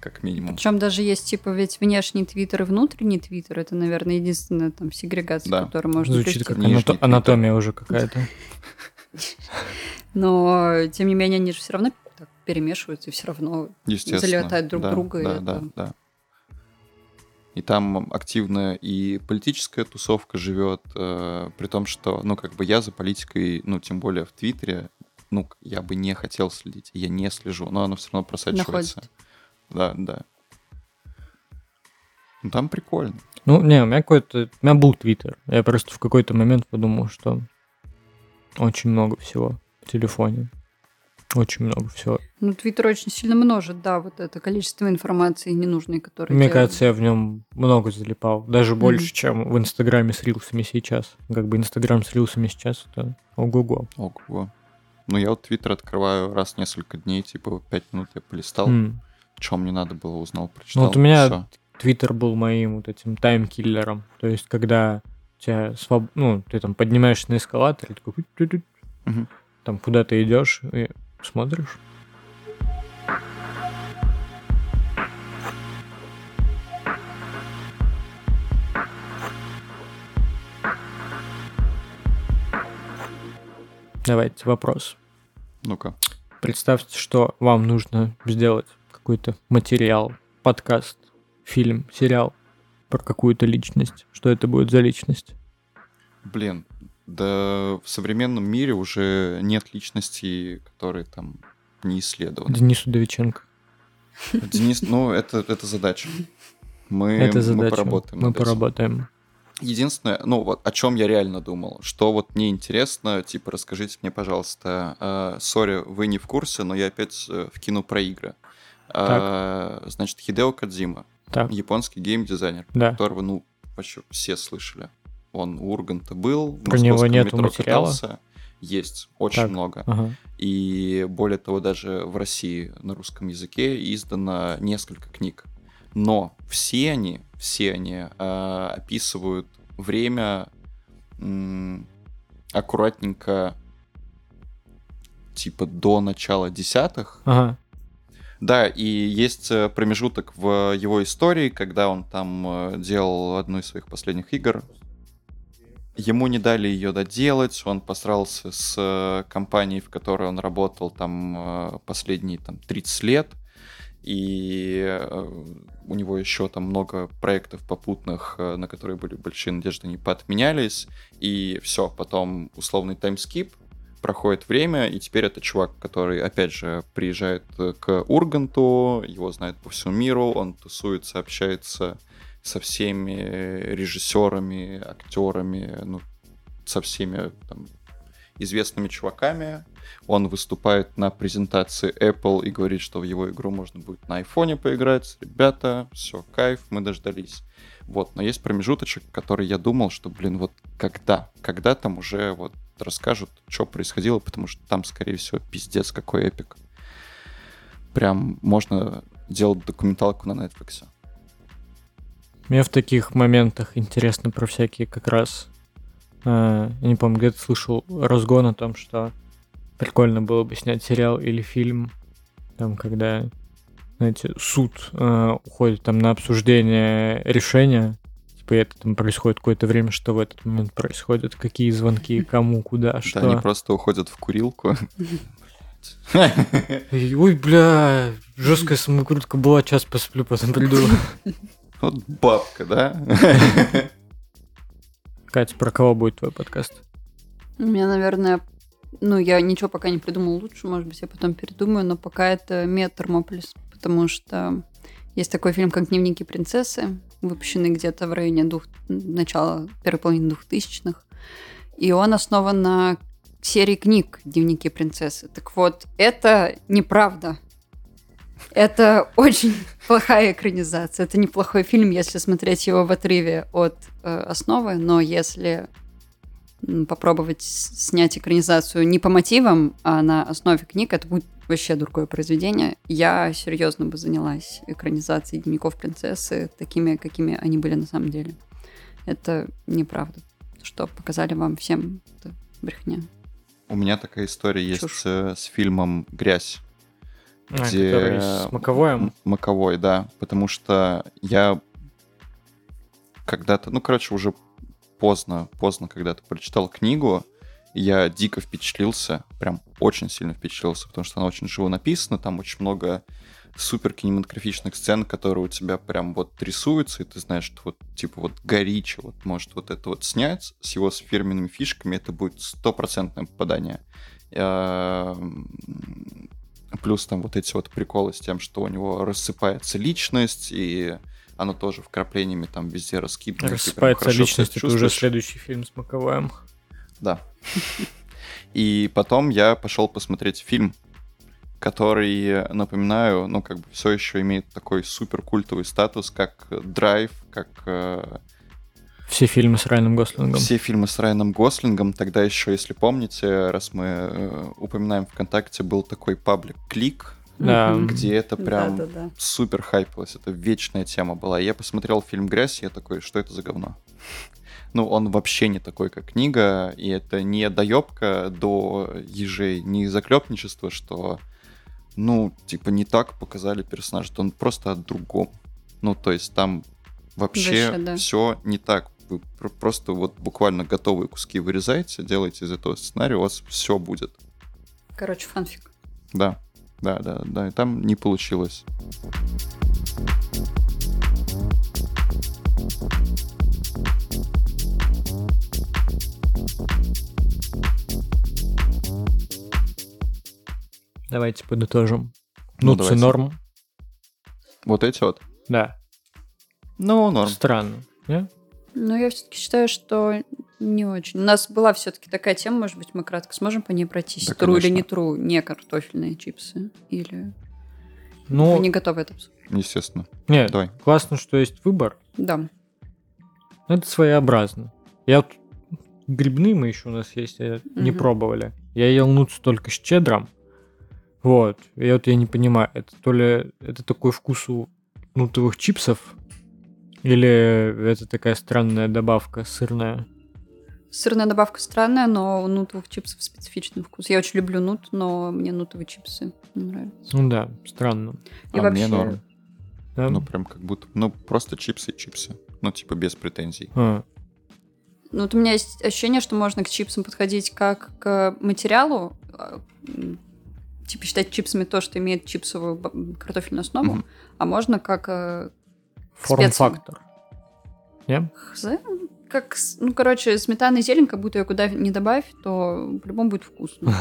Speaker 2: как минимум.
Speaker 1: Причем даже есть, типа, ведь внешний твиттер и внутренний твиттер. Это, наверное, единственная там сегрегация,
Speaker 2: Да.
Speaker 1: которая может
Speaker 3: Звучит
Speaker 1: прийти.
Speaker 3: как
Speaker 2: Внешний
Speaker 3: анато-
Speaker 2: твиттер.
Speaker 3: анатомия уже какая-то.
Speaker 1: Но, тем не менее, они же все равно так перемешиваются, и все равно
Speaker 2: Естественно.
Speaker 1: залетают друг
Speaker 2: да,
Speaker 1: друга, и
Speaker 2: Да,
Speaker 1: это-
Speaker 2: да, да. И там активно и политическая тусовка живет, э, при том, что, ну, как бы я за политикой, ну, тем более в Твиттере, ну, к- я бы не хотел следить, я не слежу, но оно все равно просачивается.
Speaker 1: Находит.
Speaker 2: Да, да. Ну, там прикольно.
Speaker 3: Ну, не, у меня какой-то... У меня был твиттер. Я просто в какой-то момент подумал, что очень много всего в телефоне. Очень много всего.
Speaker 1: Ну, Твиттер очень сильно множит, да, вот это количество информации ненужной, которая...
Speaker 3: Мне
Speaker 1: тебе-
Speaker 3: кажется, я в нем много залипал. Даже
Speaker 1: Мгм.
Speaker 3: больше, чем в Инстаграме с рилсами сейчас. Как бы Инстаграм с рилсами сейчас это ого-го.
Speaker 2: Ого. Ну, я вот Твиттер открываю раз в несколько дней, типа, пять минут я полистал,
Speaker 3: М.
Speaker 2: чем мне надо было, узнал, прочитал.
Speaker 3: Ну вот у меня
Speaker 2: всё.
Speaker 3: Твиттер был моим вот этим таймкиллером. То есть, когда тебя своб- ну, ты там поднимаешься на эскалатор, и такой «Тю-тю-тю».
Speaker 2: Мгм.
Speaker 3: там куда ты идешь и смотришь. Давайте вопрос.
Speaker 2: Ну-ка.
Speaker 3: Представьте, что вам нужно сделать какой-то материал, подкаст, фильм, сериал про какую-то личность. Что это будет за личность?
Speaker 2: Блин, да в современном мире уже нет личностей, которые там не исследованы.
Speaker 3: Денис Удовиченко.
Speaker 2: Денис, ну это, это задача. Э, Мы,
Speaker 3: это задача.
Speaker 2: мы поработаем.
Speaker 3: Мы
Speaker 2: над этим.
Speaker 3: поработаем.
Speaker 2: Единственное, ну вот о чем я реально думал, что вот мне интересно, типа расскажите мне, пожалуйста, а, сори, вы не в курсе, но я опять э, вкину про игры. Э, Значит, Хидео Кадзима,
Speaker 3: Так,
Speaker 2: японский геймдизайнер,
Speaker 3: да.
Speaker 2: которого, ну, почти все слышали. Он у Урганта был, в
Speaker 3: Про него
Speaker 2: московском
Speaker 3: нету
Speaker 2: метро
Speaker 3: материала?
Speaker 2: катался. Есть, очень
Speaker 3: Так.
Speaker 2: много.
Speaker 3: Ага.
Speaker 2: И более того, даже в России на русском языке издано несколько книг. Но все они, все они э, описывают время м, аккуратненько типа до начала десятых,
Speaker 3: Ага.
Speaker 2: да, и есть э, промежуток в его истории, когда он там э, делал одну из своих последних игр. Ему не дали ее доделать, он посрался с э, компанией, в которой он работал там э, последние там, 30 лет, и э, у него еще там много проектов попутных, э, на которые были большие надежды, не поотменялись, и все, потом условный таймскип, проходит время, и теперь это чувак, который, опять же, приезжает э, к Урганту, его знают по всему миру, он тусуется, общается со всеми э, режиссерами, актерами, ну, со всеми там, известными чуваками. Он выступает на презентации Apple и говорит, что в его игру можно будет на айфоне поиграть. Ребята, все, кайф, мы дождались. Вот, но есть промежуточек, который я думал, что, блин, вот когда? Когда там уже вот расскажут, что происходило, потому что там, скорее всего, пиздец какой эпик. Прям можно делать документалку на Netflix.
Speaker 3: Мне в таких моментах интересно про всякие как раз... э, я не помню, где-то слышал разгон о том, что прикольно было бы снять сериал или фильм, там, когда, знаете, суд э, уходит там на обсуждение решения, типа и это там происходит какое-то время, что в этот момент происходит, какие звонки, кому, куда, что.
Speaker 2: Да, они просто уходят в курилку.
Speaker 3: И, Ой, бля, жесткая самокрутка была, час посплю, потом приду.
Speaker 2: Вот бабка, да?
Speaker 3: Катя, про кого будет твой подкаст?
Speaker 1: У меня, наверное, ну, я ничего пока не придумала лучше, может быть, я потом передумаю, но пока это Мия Термополис, потому что есть такой фильм, как «Дневники принцессы», выпущенный где-то в районе двух... начала первой половины двухтысячных, и он основан на серии книг «Дневники принцессы». Так вот, это неправда. Это очень плохая экранизация. Это неплохой фильм, если смотреть его в отрыве от э, основы, но если м, попробовать с- снять экранизацию не по мотивам, а на основе книг, это будет вообще другое произведение. Я серьезно бы занялась экранизацией дневников принцессы такими, какими они были на самом деле. Это неправда. То, Что показали вам всем, это брехня.
Speaker 2: У меня такая история есть
Speaker 1: Чушь.
Speaker 2: э, с фильмом «Грязь».
Speaker 3: А,
Speaker 2: где-
Speaker 3: который с Маковоем.
Speaker 2: М- Маковой, да. Потому что я когда-то, ну, короче, уже поздно, поздно когда-то прочитал книгу, я дико впечатлился, прям очень сильно впечатлился, потому что она очень живо написана, там очень много супер кинематографичных сцен, которые у тебя прям вот рисуются, и ты знаешь, что вот типа вот горичи вот может вот это вот снять с его с фирменными фишками, это будет стопроцентное попадание. Эм, Плюс там вот эти вот приколы с тем, что у него рассыпается личность, и оно тоже вкраплениями там везде
Speaker 3: Ну,
Speaker 2: раскидано. и ты прям
Speaker 3: Рассыпается
Speaker 2: хорошо
Speaker 3: личность,
Speaker 2: всё
Speaker 3: это уже
Speaker 2: чувствуешь.
Speaker 3: следующий фильм с Маковоем.
Speaker 2: Да. И потом я пошел посмотреть фильм, который, напоминаю, ну, как бы все еще имеет такой супер культовый статус, как Драйв, как э,
Speaker 3: Все фильмы с Райаном Гослингом.
Speaker 2: все фильмы с Райаном Гослингом. Тогда еще, если помните, раз мы э, упоминаем ВКонтакте, был такой паблик Клик,
Speaker 3: Да.
Speaker 1: Мгм.
Speaker 2: где это прям
Speaker 1: Да-да-да.
Speaker 2: супер хайпилось. Это вечная тема была. Я посмотрел фильм «Грязь», и я такой, что это за говно? Ну, он вообще не такой, как книга, и это не доебка до ежей, не заклепничество, что, ну, типа, не так показали персонажа, то он просто о другом. Ну, то есть там вообще
Speaker 1: Вообще, да.
Speaker 2: все не так. Вы пр- просто вот буквально готовые куски вырезаете, делаете из этого сценария, у вас все будет.
Speaker 1: Короче, фанфик.
Speaker 2: Да, да, да, да, и там не получилось.
Speaker 3: Давайте подытожим.
Speaker 2: Ну,
Speaker 3: Ну,
Speaker 2: давайте.
Speaker 3: норм.
Speaker 2: Вот эти вот.
Speaker 3: Да.
Speaker 2: Ну, норм.
Speaker 3: Странно. не?
Speaker 1: Но я все-таки считаю, что не очень. У нас была все-таки такая тема, может быть, мы кратко сможем по ней пройтись.
Speaker 2: Да,
Speaker 1: тру или
Speaker 2: конечно.
Speaker 1: не тру, не картофельные чипсы. Или
Speaker 3: Ну,
Speaker 1: вы не готовы это обсуждать?
Speaker 2: Естественно.
Speaker 3: нет,
Speaker 2: Давай.
Speaker 3: классно, что есть выбор.
Speaker 1: Да.
Speaker 3: но Это своеобразно. Я вот- грибные мы еще у нас есть, э, не
Speaker 1: Мгм.
Speaker 3: пробовали. Я ел нутс только с чедром. Вот. И вот я не понимаю, это то ли это такой вкус у нутовых чипсов, или это такая странная добавка сырная.
Speaker 1: Сырная добавка странная, но у нутовых чипсов специфичный вкус. Я очень люблю нут, но мне нутовые чипсы не нравятся.
Speaker 3: Ну да, странно.
Speaker 1: И
Speaker 2: а
Speaker 1: вообще-
Speaker 2: мне норм.
Speaker 3: Да?
Speaker 2: Ну, прям как будто... Ну, просто чипсы и чипсы. Ну, типа, без претензий.
Speaker 3: А,
Speaker 1: Ну, вот у меня есть ощущение, что можно к чипсам подходить как к материалу, а, м, типа считать чипсами то, что имеет чипсовую б- картофельную основу,
Speaker 2: Мгм.
Speaker 1: а можно как э,
Speaker 3: форм-фактор. Не?
Speaker 1: хз, как, с- ну, короче, сметана и зелень, как будто ее куда не добавь, то по-любому будет вкусно.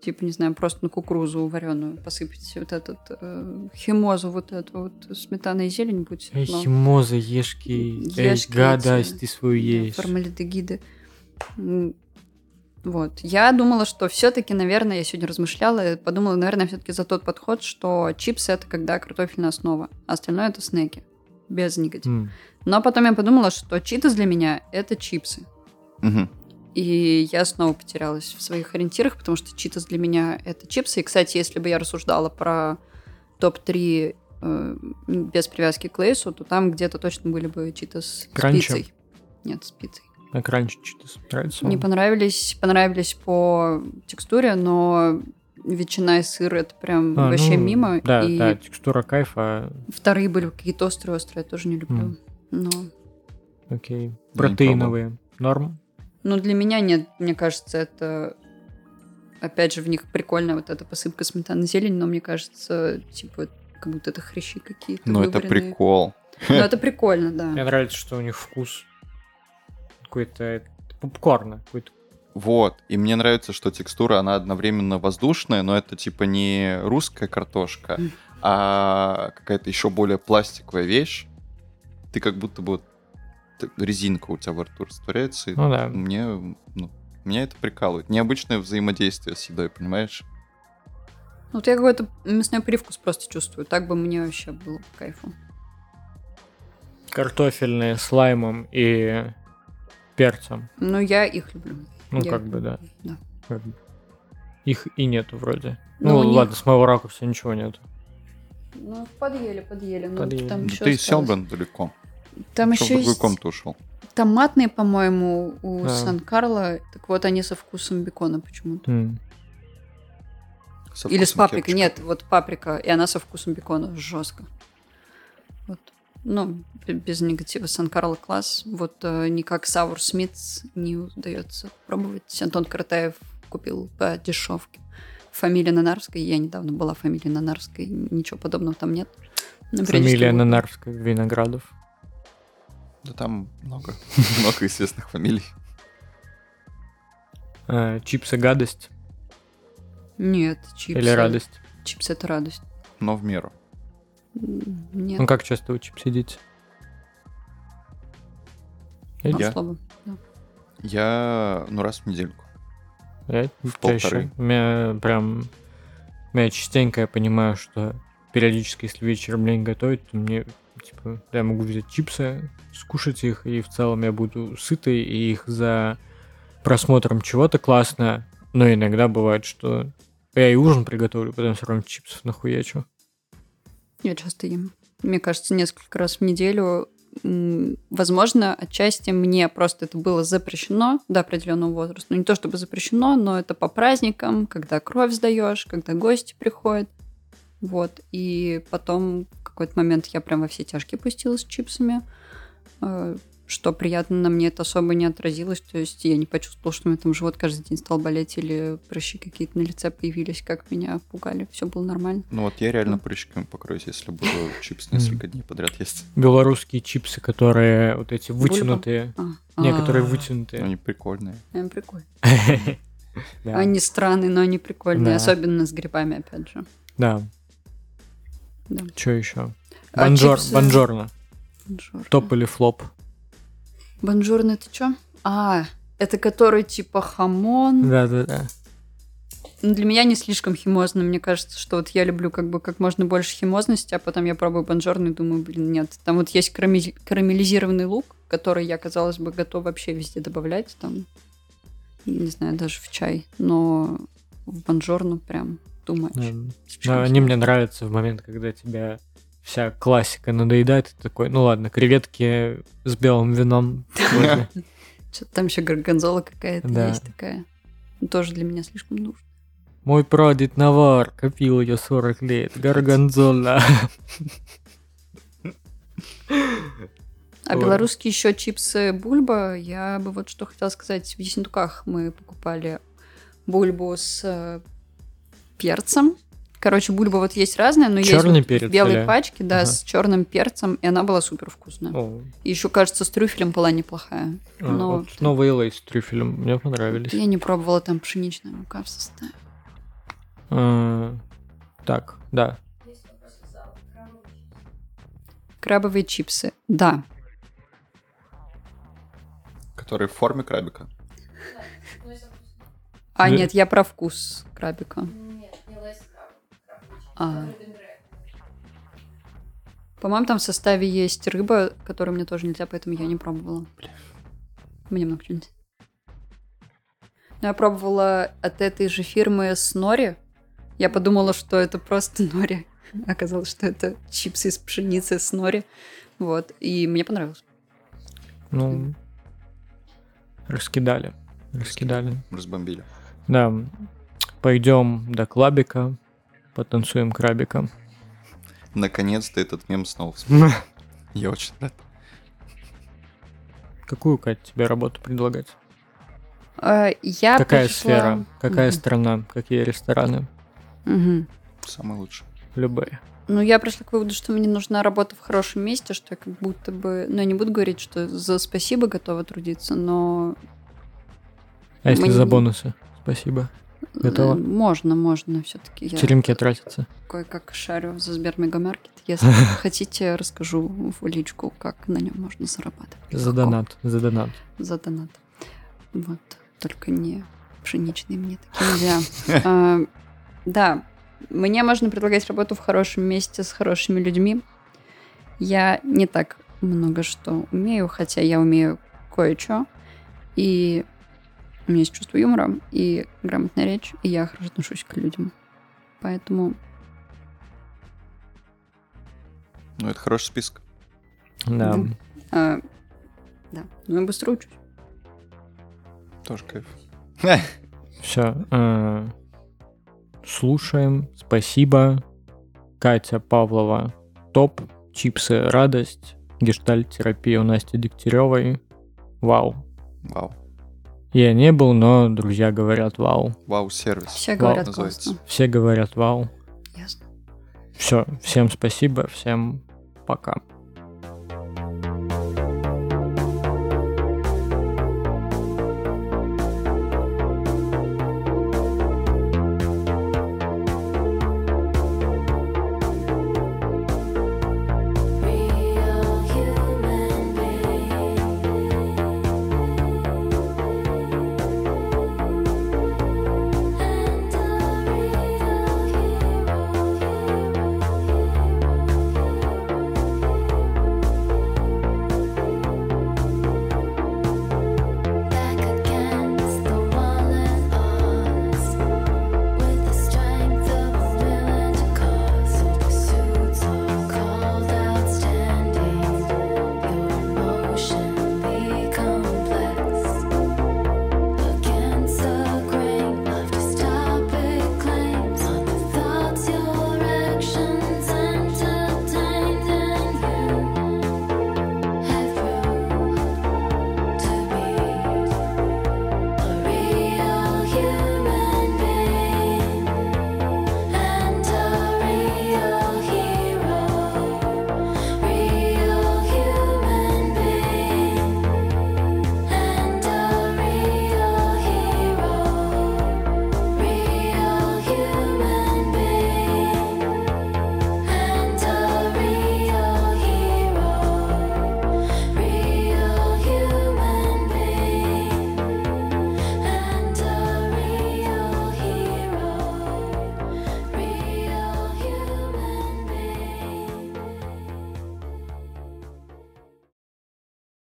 Speaker 1: Типа, не знаю, просто на кукурузу вареную посыпать вот этот э, химозу, вот эту вот сметана и зелень будет все
Speaker 3: Эй,
Speaker 1: равно.
Speaker 3: химоза, ешки, эй,
Speaker 1: Ешки эти,
Speaker 3: гадость ты свою
Speaker 1: Да,
Speaker 3: ешь.
Speaker 1: формальдегиды. М, Вот. Я думала, что все-таки, наверное, я сегодня размышляла, и подумала, наверное, все-таки за тот подход, что чипсы это когда картофельная основа, а остальное это снеки. Без негатива.
Speaker 3: М.
Speaker 1: Но потом я подумала, что читас для меня это чипсы.
Speaker 2: Мгм.
Speaker 1: И я снова потерялась в своих ориентирах, потому что читас для меня это чипсы. И, кстати, если бы я рассуждала про топ-3 э, без привязки к лейсу, то там где-то точно были бы читас с
Speaker 3: Кранчем?
Speaker 1: пиццей. Нет, с пиццей.
Speaker 3: Так раньше читас нравится
Speaker 1: Не
Speaker 3: вам?
Speaker 1: понравились, понравились по текстуре, но ветчина и сыр это прям
Speaker 3: А,
Speaker 1: вообще
Speaker 3: ну,
Speaker 1: мимо.
Speaker 3: Да,
Speaker 1: и
Speaker 3: да, текстура кайфа,
Speaker 1: вторые были какие-то острые, острые, я тоже не люблю.
Speaker 3: М.
Speaker 1: Но...
Speaker 3: окей.
Speaker 2: не
Speaker 3: Протеиновые, норм?
Speaker 1: Ну, для меня нет, мне кажется, это... Опять же, в них прикольная вот эта посыпка сметаны зелень, но мне кажется, типа, как будто это хрящи какие-то
Speaker 2: Ну, это
Speaker 1: вываренные.
Speaker 2: прикол.
Speaker 1: Ну, это прикольно,
Speaker 3: Мне
Speaker 1: да.
Speaker 3: нравится, что у них вкус какой-то попкорна. Какой-то...
Speaker 2: Вот. И мне нравится, что текстура, она одновременно воздушная, но это типа не русская картошка,
Speaker 1: Мгм.
Speaker 2: а какая-то еще более пластиковая вещь. Ты как будто бы... вот- т- резинка у тебя во рту растворяется. и
Speaker 3: Ну да.
Speaker 2: Мне... ну, меня это прикалывает. Необычное взаимодействие с едой, понимаешь?
Speaker 1: Ну, Вот я какой-то мясной привкус просто чувствую. Так бы мне вообще было по кайфу.
Speaker 3: Картофельные с лаймом и перцем.
Speaker 1: Но я их люблю.
Speaker 3: Ну,
Speaker 1: Я
Speaker 3: как
Speaker 1: люблю.
Speaker 3: бы, да.
Speaker 1: Да.
Speaker 3: Как бы. Их и нету вроде.
Speaker 1: Ну,
Speaker 3: Ну,
Speaker 1: у них-
Speaker 3: ладно, с моего ракурса ничего нету.
Speaker 1: Ну, подъели, подъели. Ну,
Speaker 3: Подъели.
Speaker 1: Там
Speaker 2: Да
Speaker 1: ещё
Speaker 2: ты сел,
Speaker 1: осталось.
Speaker 2: блин, далеко.
Speaker 1: Там
Speaker 2: Чё в
Speaker 1: еще
Speaker 2: другую
Speaker 1: есть
Speaker 2: комнату ушел.
Speaker 1: томатные, по-моему, у
Speaker 3: Да.
Speaker 1: Сан-Карло. Так вот, они со вкусом бекона почему-то.
Speaker 3: М.
Speaker 2: Со
Speaker 1: Или с
Speaker 2: вкусом
Speaker 1: паприкой.
Speaker 2: кепочки.
Speaker 1: Нет, вот паприка, и она со вкусом бекона. Жестко. Вот. Ну, б- без негатива. Сан-Карло класс. Вот э, никак Саур Смитс не удается пробовать. Антон Каратаев купил по дешевке. Фамилия Нанарской. Я недавно была фамилия Нанарской. Ничего подобного там нет. Но периодически
Speaker 3: Фамилия
Speaker 1: будет.
Speaker 3: Нанарская, Виноградов.
Speaker 2: Да там много, много известных фамилий.
Speaker 3: Э, Чипсы гадость
Speaker 1: Нет, чипсы.
Speaker 3: или радость?
Speaker 1: Чипсы это радость.
Speaker 2: Но в меру.
Speaker 1: М, Нет,
Speaker 3: Ну как часто вы чипсы едите?
Speaker 1: ну,
Speaker 2: я?
Speaker 1: слабо.
Speaker 2: Я, ну, раз в недельку.
Speaker 3: Я
Speaker 2: В
Speaker 3: чаще.
Speaker 2: полторы.
Speaker 3: У меня прям... У меня частенько я понимаю, что периодически, если вечером лень готовить, то мне, типа, я могу взять чипсы, скушать их, и в целом я буду сытый, и их за просмотром чего-то классно. Но иногда бывает, что я и ужин приготовлю, потом все равно чипсов нахуячу.
Speaker 1: Я часто ем. Мне кажется, несколько раз в неделю. М, Возможно, отчасти мне просто это было запрещено до определенного возраста. Ну, не то чтобы запрещено, но это по праздникам, когда кровь сдаешь, когда гости приходят. Вот. И потом в какой-то момент я прям во все тяжкие пустилась с чипсами. Э, Что приятно, на мне это особо не отразилось. То есть я не почувствовала, что у меня там живот каждый день стал болеть или прыщи какие-то на лице появились, как меня пугали. Все было нормально.
Speaker 2: Ну вот я реально прыщиками покроюсь, если буду чипс несколько дней подряд есть.
Speaker 3: Белорусские чипсы, которые вот эти
Speaker 1: Бульба?
Speaker 3: вытянутые.
Speaker 1: А,
Speaker 3: Некоторые
Speaker 1: а.
Speaker 3: вытянутые.
Speaker 2: Они прикольные.
Speaker 1: Прям прикольно.
Speaker 3: Да.
Speaker 1: Они странные, но они прикольные,
Speaker 3: Да.
Speaker 1: особенно с грибами, опять же.
Speaker 3: Да.
Speaker 1: Да.
Speaker 3: Что еще?
Speaker 1: А
Speaker 3: Бонжор,
Speaker 1: чипсы-
Speaker 3: бонжорно.
Speaker 1: Бонжорно.
Speaker 3: Топ или флоп?
Speaker 1: Бонжорно это что? А, это который типа хамон.
Speaker 3: Да, да, да.
Speaker 1: Ну, для меня не слишком химозно. Мне кажется, что вот я люблю как бы как можно больше химозности, а потом я пробую бонжорно и думаю, блин, нет. Там вот есть карамель- карамелизированный лук, который я, казалось бы, готова вообще везде добавлять, там, не знаю, даже в чай. Но в бонжорно прям думаешь.
Speaker 3: Да. Но они мне нравятся в момент, когда тебя вся классика надоедает, и ты такой, ну ладно, креветки с белым вином. сегодня».
Speaker 1: Что-то там еще горгонзола какая-то
Speaker 3: Да.
Speaker 1: есть такая. Ну, Тоже для меня слишком нужно.
Speaker 3: Мой прадед Навар копил ее 40 лет. Горгонзола.
Speaker 1: А
Speaker 3: Ой.
Speaker 1: белорусские еще чипсы бульба. Я бы вот что хотела сказать. В Ясентуках мы покупали бульбу с э, перцем. Короче, бульба вот Ну, есть разная, но
Speaker 3: Чёрный
Speaker 1: есть вот
Speaker 3: перец
Speaker 1: в белой
Speaker 3: или-
Speaker 1: пачке, да,
Speaker 3: Ага.
Speaker 1: с черным перцем, и она была супер вкусная.
Speaker 3: О,
Speaker 1: Еще, кажется, с трюфелем была неплохая.
Speaker 3: а,
Speaker 1: Но
Speaker 3: вот Новые лейс с трюфелем. Мне понравились.
Speaker 1: я не пробовала там пшеничная мука в составе.
Speaker 3: А, Так, да.
Speaker 1: Крабовые чипсы. Да,
Speaker 2: Которые в форме крабика.
Speaker 1: А,
Speaker 3: Да.
Speaker 1: нет, я про вкус крабика. А. По-моему, там в составе есть рыба, которую мне тоже нельзя, поэтому я не пробовала. Мне много чего нельзя. Но я пробовала от этой же фирмы с нори. Я подумала, что это просто нори. Оказалось, что это чипсы из пшеницы с нори. Вот. И мне понравилось.
Speaker 3: Ну, раскидали. Раскидали.
Speaker 2: Разбомбили.
Speaker 3: Да. Пойдем до клабика. Потанцуем крабика.
Speaker 2: Наконец-то этот мем снова вспомнил. Я очень рад.
Speaker 3: Какую, Кать, тебе работу предлагать?
Speaker 1: А, Я
Speaker 3: Какая
Speaker 1: пришла-
Speaker 3: сфера? Какая
Speaker 1: Мгм.
Speaker 3: страна? Какие рестораны?
Speaker 1: Мгм.
Speaker 2: Самый лучший.
Speaker 3: Любые.
Speaker 1: Ну, я пришла к выводу, что мне нужна работа в хорошем месте, что я как будто бы... Ну, я не буду говорить, что за спасибо готова трудиться, но...
Speaker 3: А если
Speaker 1: Мы
Speaker 3: за
Speaker 1: не-
Speaker 3: бонусы? Спасибо. Готова?
Speaker 1: э, Можно, можно. все таки я
Speaker 3: Теремки тратятся.
Speaker 1: кое-как шарю за Сбермегамаркет. Если хотите, расскажу в личку, как на нем можно зарабатывать.
Speaker 3: За
Speaker 1: Легко.
Speaker 3: донат. За донат.
Speaker 1: За донат. Вот. Только не пшеничные мне такие нельзя. А, Да. Мне можно предлагать работу в хорошем месте с хорошими людьми. Я не так много что умею, хотя я умею кое-что. И у меня есть чувство юмора и грамотная речь, и я хорошо отношусь к людям. Поэтому
Speaker 2: Ну, это хороший список.
Speaker 3: Да.
Speaker 1: Да. а, да, ну я быстро учусь.
Speaker 2: Тоже кайф.
Speaker 3: Все. э, слушаем. Спасибо. Катя Павлова. Топ. Чипсы. Радость. Гештальт-терапия у Насти Дегтяревой. Вау.
Speaker 2: Вау.
Speaker 3: Я не был, но друзья говорят вау.
Speaker 2: Вау-сервис.
Speaker 1: Все
Speaker 3: Вау,
Speaker 1: говорят
Speaker 2: называется.
Speaker 1: классно.
Speaker 3: Все говорят вау.
Speaker 1: Ясно.
Speaker 3: Все, всем спасибо, всем пока.